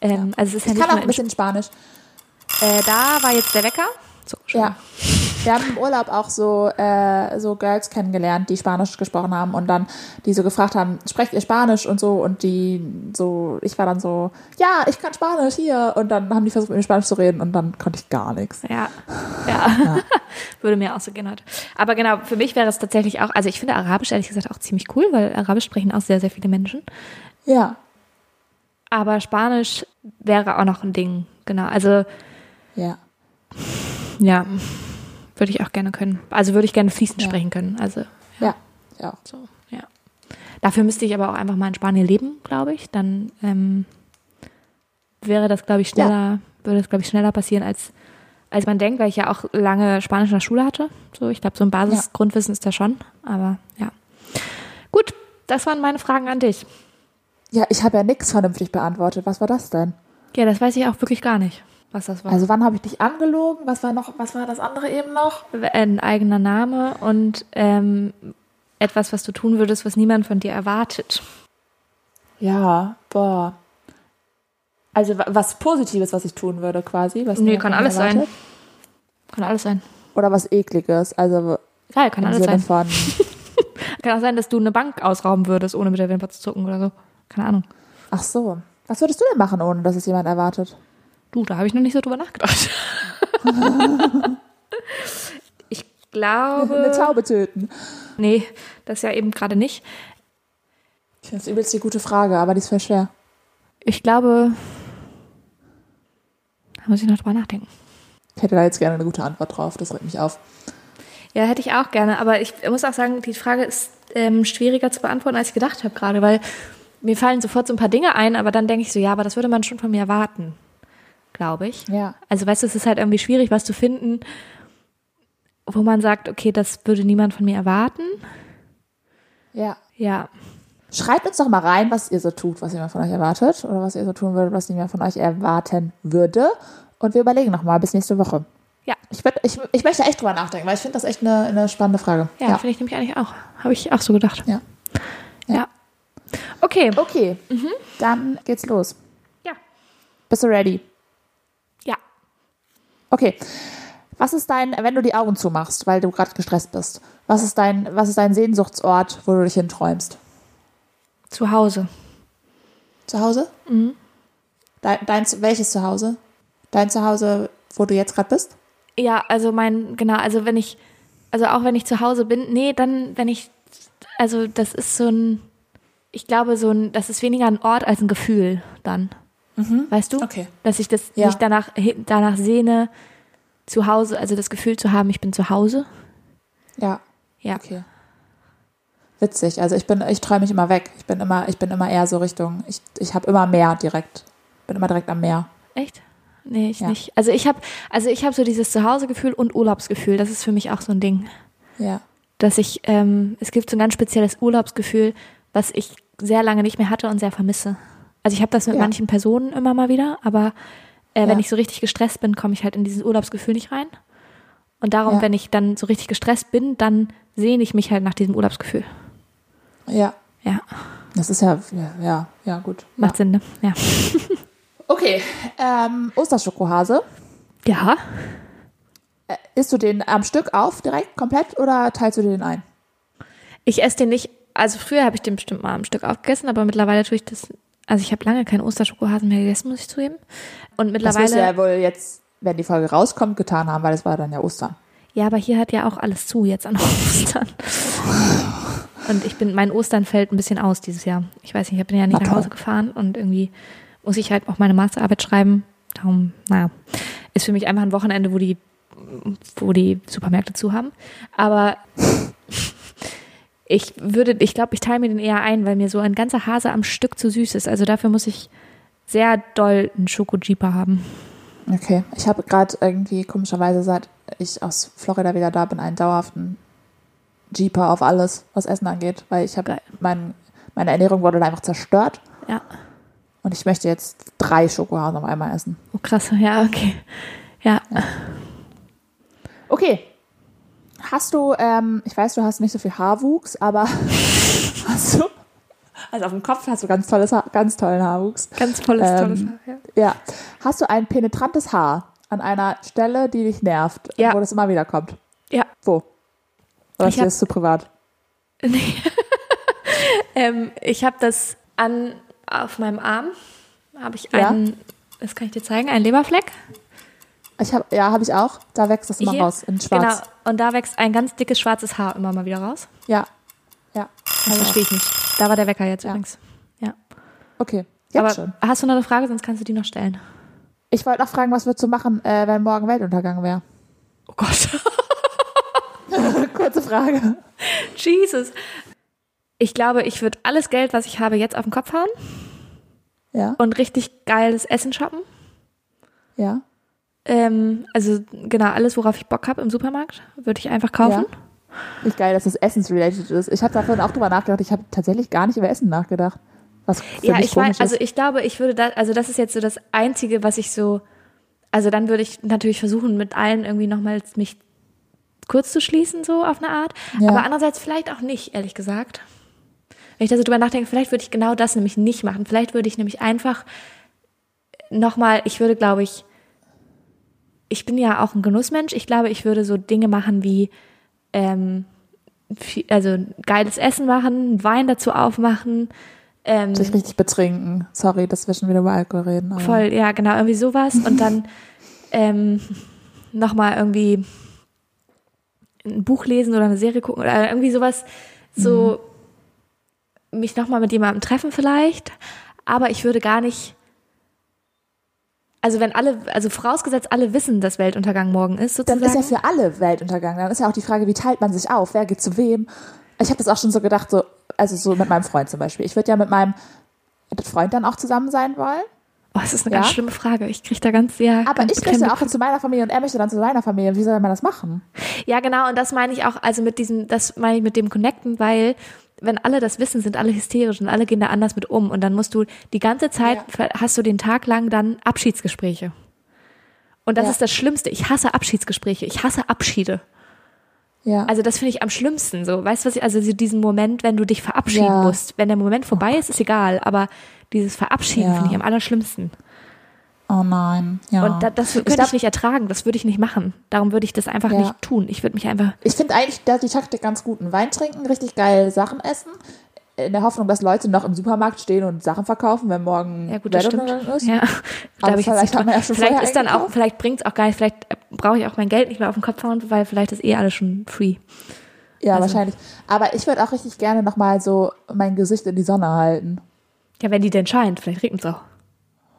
Ähm, Also es ist ja Ich nicht kann auch nur ein in bisschen Spanisch. äh, da war jetzt der Wecker. So, schön. Ja. Wir haben im Urlaub auch so, äh, so Girls kennengelernt, die Spanisch gesprochen haben und dann die so gefragt haben, sprecht ihr Spanisch und so und die so, ich war dann so, ja, ich kann Spanisch hier und dann haben die versucht mit mir Spanisch zu reden und dann konnte ich gar nichts. Ja, ja. Würde mir auch so gehen heute. Aber genau, für mich wäre es tatsächlich auch, also ich finde Arabisch ehrlich gesagt auch ziemlich cool, weil Arabisch sprechen auch sehr, sehr viele Menschen. Ja, Aber Spanisch wäre auch noch ein Ding, genau. Also ja. ja, würde ich auch gerne können. Also würde ich gerne fließend Ja. sprechen können. Also Ja, ja. auch. so, ja. Dafür müsste ich aber auch einfach mal in Spanien leben, glaube ich. Dann ähm, wäre das, glaube ich, schneller, würde das, glaube ich, schneller passieren als als man denkt, weil ich ja auch lange Spanisch in der Schule hatte. So, ich glaube, so ein Basisgrundwissen ist da schon. Aber ja. Gut, das waren meine Fragen an dich. Ja, ich habe ja nichts vernünftig beantwortet. Was war das denn? Ja, das weiß ich auch wirklich gar nicht, was das war. Also wann habe ich dich angelogen? Was war noch, was war das andere eben noch? ein eigener Name und ähm, etwas, was du tun würdest, was niemand von dir erwartet. Ja, boah. Also wa- was Positives, was ich tun würde quasi. Was Nee, niemand kann von mir alles sein. erwartet. Kann alles sein. Oder was Ekliges. Also Ja, kann im alles Sinne sein. von, Kann auch sein, dass du eine Bank ausrauben würdest, ohne mit der Wimper zu zucken oder so. Keine Ahnung. ach so. Was würdest du denn machen, ohne dass es jemand erwartet? Du, da habe ich noch nicht so drüber nachgedacht. ich Eine glaube. Taube töten. Nee, das ja eben gerade nicht. Ich finde es übelst die gute Frage, aber die ist voll schwer. Ich glaube. Da muss ich noch drüber nachdenken. Ich hätte da jetzt gerne eine gute Antwort drauf, das regt mich auf. Ja, hätte ich auch gerne. Aber ich muss auch sagen, die Frage ist ähm, schwieriger zu beantworten, als ich gedacht habe gerade, weil mir fallen sofort so ein paar Dinge ein, aber dann denke ich so, ja, aber das würde man schon von mir erwarten, glaube ich. Ja. Also weißt du, es ist halt irgendwie schwierig, was zu finden, wo man sagt, okay, das würde niemand von mir erwarten. Ja. Ja, Schreibt uns doch mal rein, was ihr so tut, was jemand von euch erwartet. Oder was ihr so tun würdet, was niemand von euch erwarten würde. Und wir überlegen nochmal bis nächste Woche. Ja. Ich, würd, ich, ich möchte echt drüber nachdenken, weil ich finde das echt eine, eine spannende Frage. ja, finde ich nämlich eigentlich auch. Habe ich auch so gedacht. Ja. Ja. Okay. Okay, Mhm. dann geht's los. Ja. Bist du ready? Ja. Okay. Was ist dein, wenn du die Augen zumachst, weil du gerade gestresst bist, was ist dein, was ist dein Sehnsuchtsort, wo du dich hinträumst? Zu Hause. Zu Hause? Mhm. Dein, dein, welches Zuhause? Dein Zuhause, wo du jetzt gerade bist? Ja, also mein, genau, also wenn ich, also auch wenn ich zu Hause bin, nee, dann, wenn ich, also das ist so ein, ich glaube, so ein, das ist weniger ein Ort als ein Gefühl dann. Weißt du? Mhm. Okay. Dass ich das Ja. nicht danach, hin- danach sehne, zu Hause, also das Gefühl zu haben, ich bin zu Hause. Ja, Ja. okay. Witzig. Also ich bin, ich träume mich immer weg. Ich bin immer, ich bin immer eher so Richtung, ich, ich habe immer Meer direkt. Bin immer direkt am Meer. Echt? Nee, ich Ja. nicht. Also ich habe, also ich habe so dieses Zuhausegefühl und Urlaubsgefühl. Das ist für mich auch so ein Ding. Ja. dass ich, ähm, es gibt so ein ganz spezielles Urlaubsgefühl, was ich sehr lange nicht mehr hatte und sehr vermisse. Also ich habe das mit Ja. manchen Personen immer mal wieder, aber äh, wenn Ja. ich so richtig gestresst bin, komme ich halt in dieses Urlaubsgefühl nicht rein. Und darum, Ja. wenn ich dann so richtig gestresst bin, dann sehne ich mich halt nach diesem Urlaubsgefühl. Ja. Ja, Das ist ja, ja, ja, ja gut. macht Sinn, ne? Ja. Okay, ähm, Osterschokohase. Ja. Isst du den am Stück auf direkt komplett oder teilst du dir den ein? Ich esse den nicht, also früher habe ich den bestimmt mal am Stück aufgegessen, aber mittlerweile tue ich das, also ich habe lange keinen Osterschokohasen mehr gegessen, muss ich zugeben. Und Das wirst du mittlerweile, ja wohl jetzt, wenn die Folge rauskommt, getan haben, weil das war dann ja Ostern. Ja, aber hier hat ja auch alles zu jetzt an Ostern. Und ich bin, mein Ostern fällt ein bisschen aus dieses Jahr. Ich weiß nicht, ich bin ja nicht Na nach toll. Hause gefahren und irgendwie muss ich halt auch meine Masterarbeit schreiben. Darum, naja, ist für mich einfach ein Wochenende, wo die, wo die Supermärkte zu haben. Aber ich würde, ich glaube, ich teile mir den eher ein, weil mir so ein ganzer Hase am Stück zu süß ist. Also dafür muss ich sehr doll einen Schoko-Jeeper haben. Okay, ich habe gerade irgendwie komischerweise, seit ich aus Florida wieder da bin, einen dauerhaften Jeeper auf alles, was Essen angeht, weil ich habe Geil. mein, meine Ernährung wurde da einfach zerstört Ja. und ich möchte jetzt drei Schokohasen auf einmal essen. Oh, krass. Ja, okay. Ja. Okay. Hast du, ähm, ich weiß, du hast nicht so viel Haarwuchs, aber hast du, also auf dem Kopf hast du ganz, tolles Haar, ganz tollen Haarwuchs. Ganz tolles, Ähm, tolles Haar. Ja. Ja. Hast du ein penetrantes Haar an einer Stelle, die dich nervt, Ja. wo das immer wieder kommt? Ja. Wo? Oder Ich ist dir das zu privat? Ähm, ich habe das an auf meinem Arm habe ich Ja. einen, das kann ich dir zeigen, einen Leberfleck. Ich hab, ja, habe ich auch. Da wächst das immer Hier. raus, in schwarz. Genau. Und da wächst ein ganz dickes schwarzes Haar immer mal wieder raus. Ja. Ja. Also, Das verstehe ich nicht. Da war der Wecker jetzt Ja. übrigens. Ja. Okay. Jetzt Aber schon. hast du noch eine Frage, sonst kannst du die noch stellen. Ich wollte noch fragen, was würdest du machen, äh, wenn morgen Weltuntergang wäre? Oh Gott. Kurze Frage. Jesus. Ich glaube, ich würde alles Geld, was ich habe, jetzt auf den Kopf hauen Ja. und richtig geiles Essen shoppen. Ja. Ähm, also genau, alles, worauf ich Bock habe im Supermarkt, würde ich einfach kaufen. Ja. Nicht geil, dass das Essensrelated ist. Ich habe davon auch drüber nachgedacht. Ich habe tatsächlich gar nicht über Essen nachgedacht. Was für Ja, mich ich meine, komisch also ist. ich glaube, ich würde da, also das ist jetzt so das Einzige, was ich so, also dann würde ich natürlich versuchen, mit allen irgendwie nochmal mich kurz zu schließen, so auf eine Art. Ja. Aber andererseits vielleicht auch nicht, ehrlich gesagt. Wenn ich da so drüber nachdenke, vielleicht würde ich genau das nämlich nicht machen. Vielleicht würde ich nämlich einfach nochmal, ich würde, glaube ich, ich bin ja auch ein Genussmensch. Ich glaube, ich würde so Dinge machen wie, ähm, viel, also geiles Essen machen, Wein dazu aufmachen, ähm, Sich richtig betrinken. Sorry, dass wir schon wieder über Alkohol reden. aber- Voll, ja, genau, irgendwie sowas. Und dann ähm, nochmal irgendwie ein Buch lesen oder eine Serie gucken oder irgendwie sowas. So Mhm. mich nochmal mit jemandem treffen vielleicht. Aber ich würde gar nicht. Also wenn alle, also vorausgesetzt alle wissen, dass Weltuntergang morgen ist, Dann sozusagen. ist ja für alle Weltuntergang. Dann ist ja auch die Frage, wie teilt man sich auf? Wer geht zu wem? Ich habe das auch schon so gedacht, so, also so mit meinem Freund zum Beispiel. Ich würde ja mit meinem Freund dann auch zusammen sein wollen. oh, es ist eine Ja. ganz schlimme Frage. Ich kriege da ganz sehr. Aber ganz ich möchte beklemmende auch zu meiner Familie und er möchte dann zu seiner Familie. Wie soll man das machen? Ja, genau, und das meine ich auch, also mit diesem, das meine ich mit dem Connecten, weil wenn alle das wissen, sind alle hysterisch und alle gehen da anders mit um. Und dann musst du die ganze Zeit, hast du den Tag lang dann Abschiedsgespräche. Und das Ja. ist das Schlimmste. Ich hasse Abschiedsgespräche. Ich hasse Abschiede. Ja. Also das finde ich am schlimmsten so. Weißt du was? ich- Also so diesen Moment, wenn du dich verabschieden Ja. Oh musst. Wenn der Moment vorbei ist, ist egal. Aber dieses Verabschieden Ja. finde ich am allerschlimmsten. oh nein. Ja. Und da, das könnte ich, glaub- nicht ertragen. Das würde ich nicht machen. Darum würde ich das einfach Ja. nicht tun. Ich würde mich einfach Ich finde eigentlich da die Taktik ganz gut. Ein Wein trinken, richtig geile Sachen essen. äh, In der Hoffnung, dass Leute noch im Supermarkt stehen und Sachen verkaufen, wenn morgen Ja, gut, das stimmt. Weltuntergang ist. Ja, da hab ich jetzt vielleicht nicht hat man ja schon vielleicht vorher ist dann auch, eingekauft. vielleicht bringt's auch gar nicht, vielleicht äh, brauche ich auch mein Geld nicht mehr auf den Kopf hauen, weil vielleicht ist eh alles schon free. Ja, Also- wahrscheinlich. Aber ich würde auch richtig gerne nochmal so mein Gesicht in die Sonne halten. Ja, wenn die denn scheint, vielleicht regnet's auch.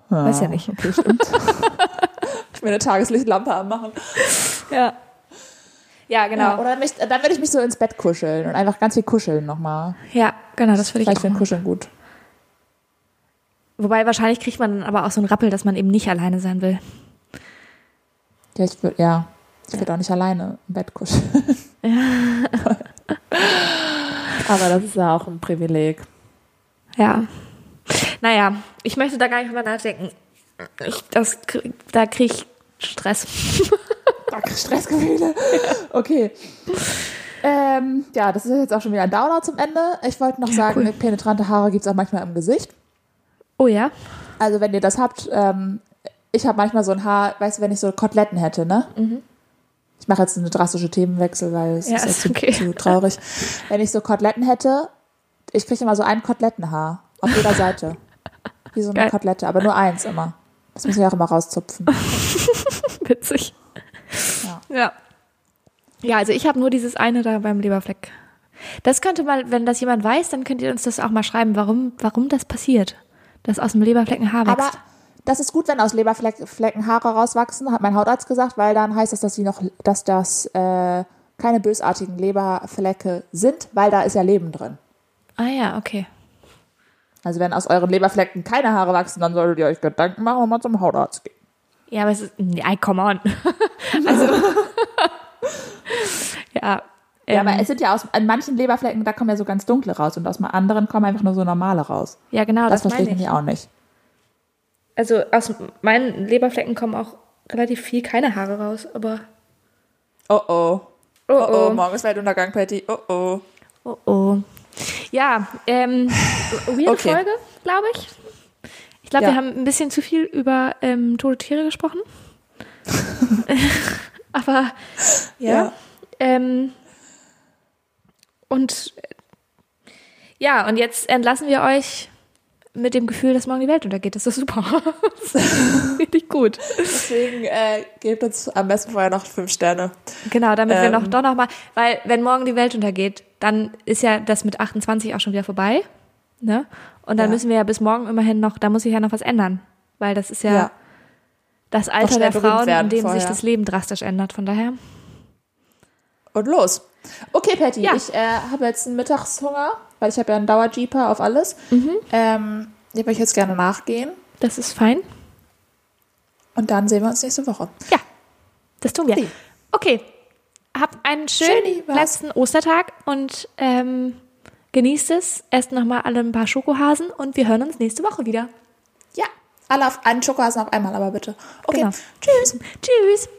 Weiß ja nicht. Okay, stimmt. ich mir eine Tageslichtlampe anmachen. Ja. Ja, Ja, genau. Ja, oder mich, dann würde ich mich so ins Bett kuscheln und einfach ganz viel kuscheln nochmal. genau, das würde ich Vielleicht auch. finde machen. Kuscheln gut. Wobei wahrscheinlich kriegt man dann aber auch so einen Rappel, dass man eben nicht alleine sein will. Ja, ich würde, ja. Ich würde auch nicht alleine im Bett kuscheln. Aber das ist ja auch ein Privileg. Ja. Naja, ich möchte da gar nicht drüber nachdenken. Ich, das, krieg- da kriege ich Stress. Fuck, Stressgefühle. Okay. Ähm, ja, das ist jetzt auch schon wieder ein Downer zum Ende. Ich wollte noch sagen, cool. penetrante Haare gibt es auch manchmal im Gesicht. Oh ja? Also wenn ihr das habt, ähm, ich habe manchmal so ein Haar, weißt du, wenn ich so Koteletten hätte, ne? Ich mache jetzt einen drastischen Themenwechsel, weil es Mhm. Ja, ist, ist jetzt zu, okay. zu traurig. Wenn ich so Koteletten hätte, ich kriege immer so ein Kotelettenhaar auf jeder Seite. Wie so eine Geil. Kotelette, aber nur eins immer. Das muss ich auch immer rauszupfen. Witzig. Ja. Ja, also ich habe nur dieses eine da beim Leberfleck. Das könnte mal, wenn das jemand weiß, dann könnt ihr uns das auch mal schreiben, warum, warum das passiert, dass aus dem Leberfleck ein Haar wächst. Aber das ist gut, wenn aus Leberflecken Haare rauswachsen, hat mein Hautarzt gesagt, weil dann heißt das, dass die noch, dass das äh, keine bösartigen Leberflecke sind, weil da ist ja Leben drin. ah ja, okay. Also wenn aus euren Leberflecken keine Haare wachsen, dann solltet ihr euch Gedanken machen und mal zum Hautarzt gehen. Ja, aber es ist, ja, come on. also, ja. Ja, ähm, aber es sind ja aus an manchen Leberflecken, da kommen ja so ganz dunkle raus und aus mal anderen kommen einfach nur so normale raus. ja, genau, Das, das, verstehe ich meine ich. nämlich auch nicht. Also aus meinen Leberflecken kommen auch relativ viel keine Haare raus, aber Oh oh. Oh, oh. morgen ist Weltuntergang, Patty. Oh oh. Oh oh. Ja, ähm, weirde Okay. Folge, glaube ich. Ich glaube, Ja. wir haben ein bisschen zu viel über ähm, tote Tiere gesprochen. Aber ja. Ja. Ähm, und äh, ja, und jetzt entlassen wir euch mit dem Gefühl, dass morgen die Welt untergeht. Das ist super. Das ist Richtig gut. Deswegen äh, gebt uns am besten vorher noch fünf Sterne. Genau, damit wir Ähm. noch doch noch mal, weil wenn morgen die Welt untergeht, dann ist ja das mit 28 auch schon wieder vorbei, ne? Und dann Ja. müssen wir ja bis morgen immerhin noch, da muss sich ja noch was ändern, weil das ist ja, Ja. das Alter schnell der berühmt Frauen, in werden dem sich vorher. das Leben drastisch ändert. Von daher, Und los. Okay, Patty, Ja. ich äh, habe jetzt einen Mittagshunger, weil ich habe ja einen Dauerjeeper auf Mhm. alles. Ähm, dem würde ich jetzt gerne nachgehen. das ist fein. Und dann sehen wir uns nächste Woche. Ja, das tun wir. Sie. Okay, habt einen schönen Schöni, was? letzten Ostertag und ähm, genießt es. Esst nochmal alle ein paar Schokohasen und wir hören uns nächste Woche wieder. Ja, alle auf einen Schokohasen auf einmal, aber bitte. Okay, Genau. tschüss. Tschüss.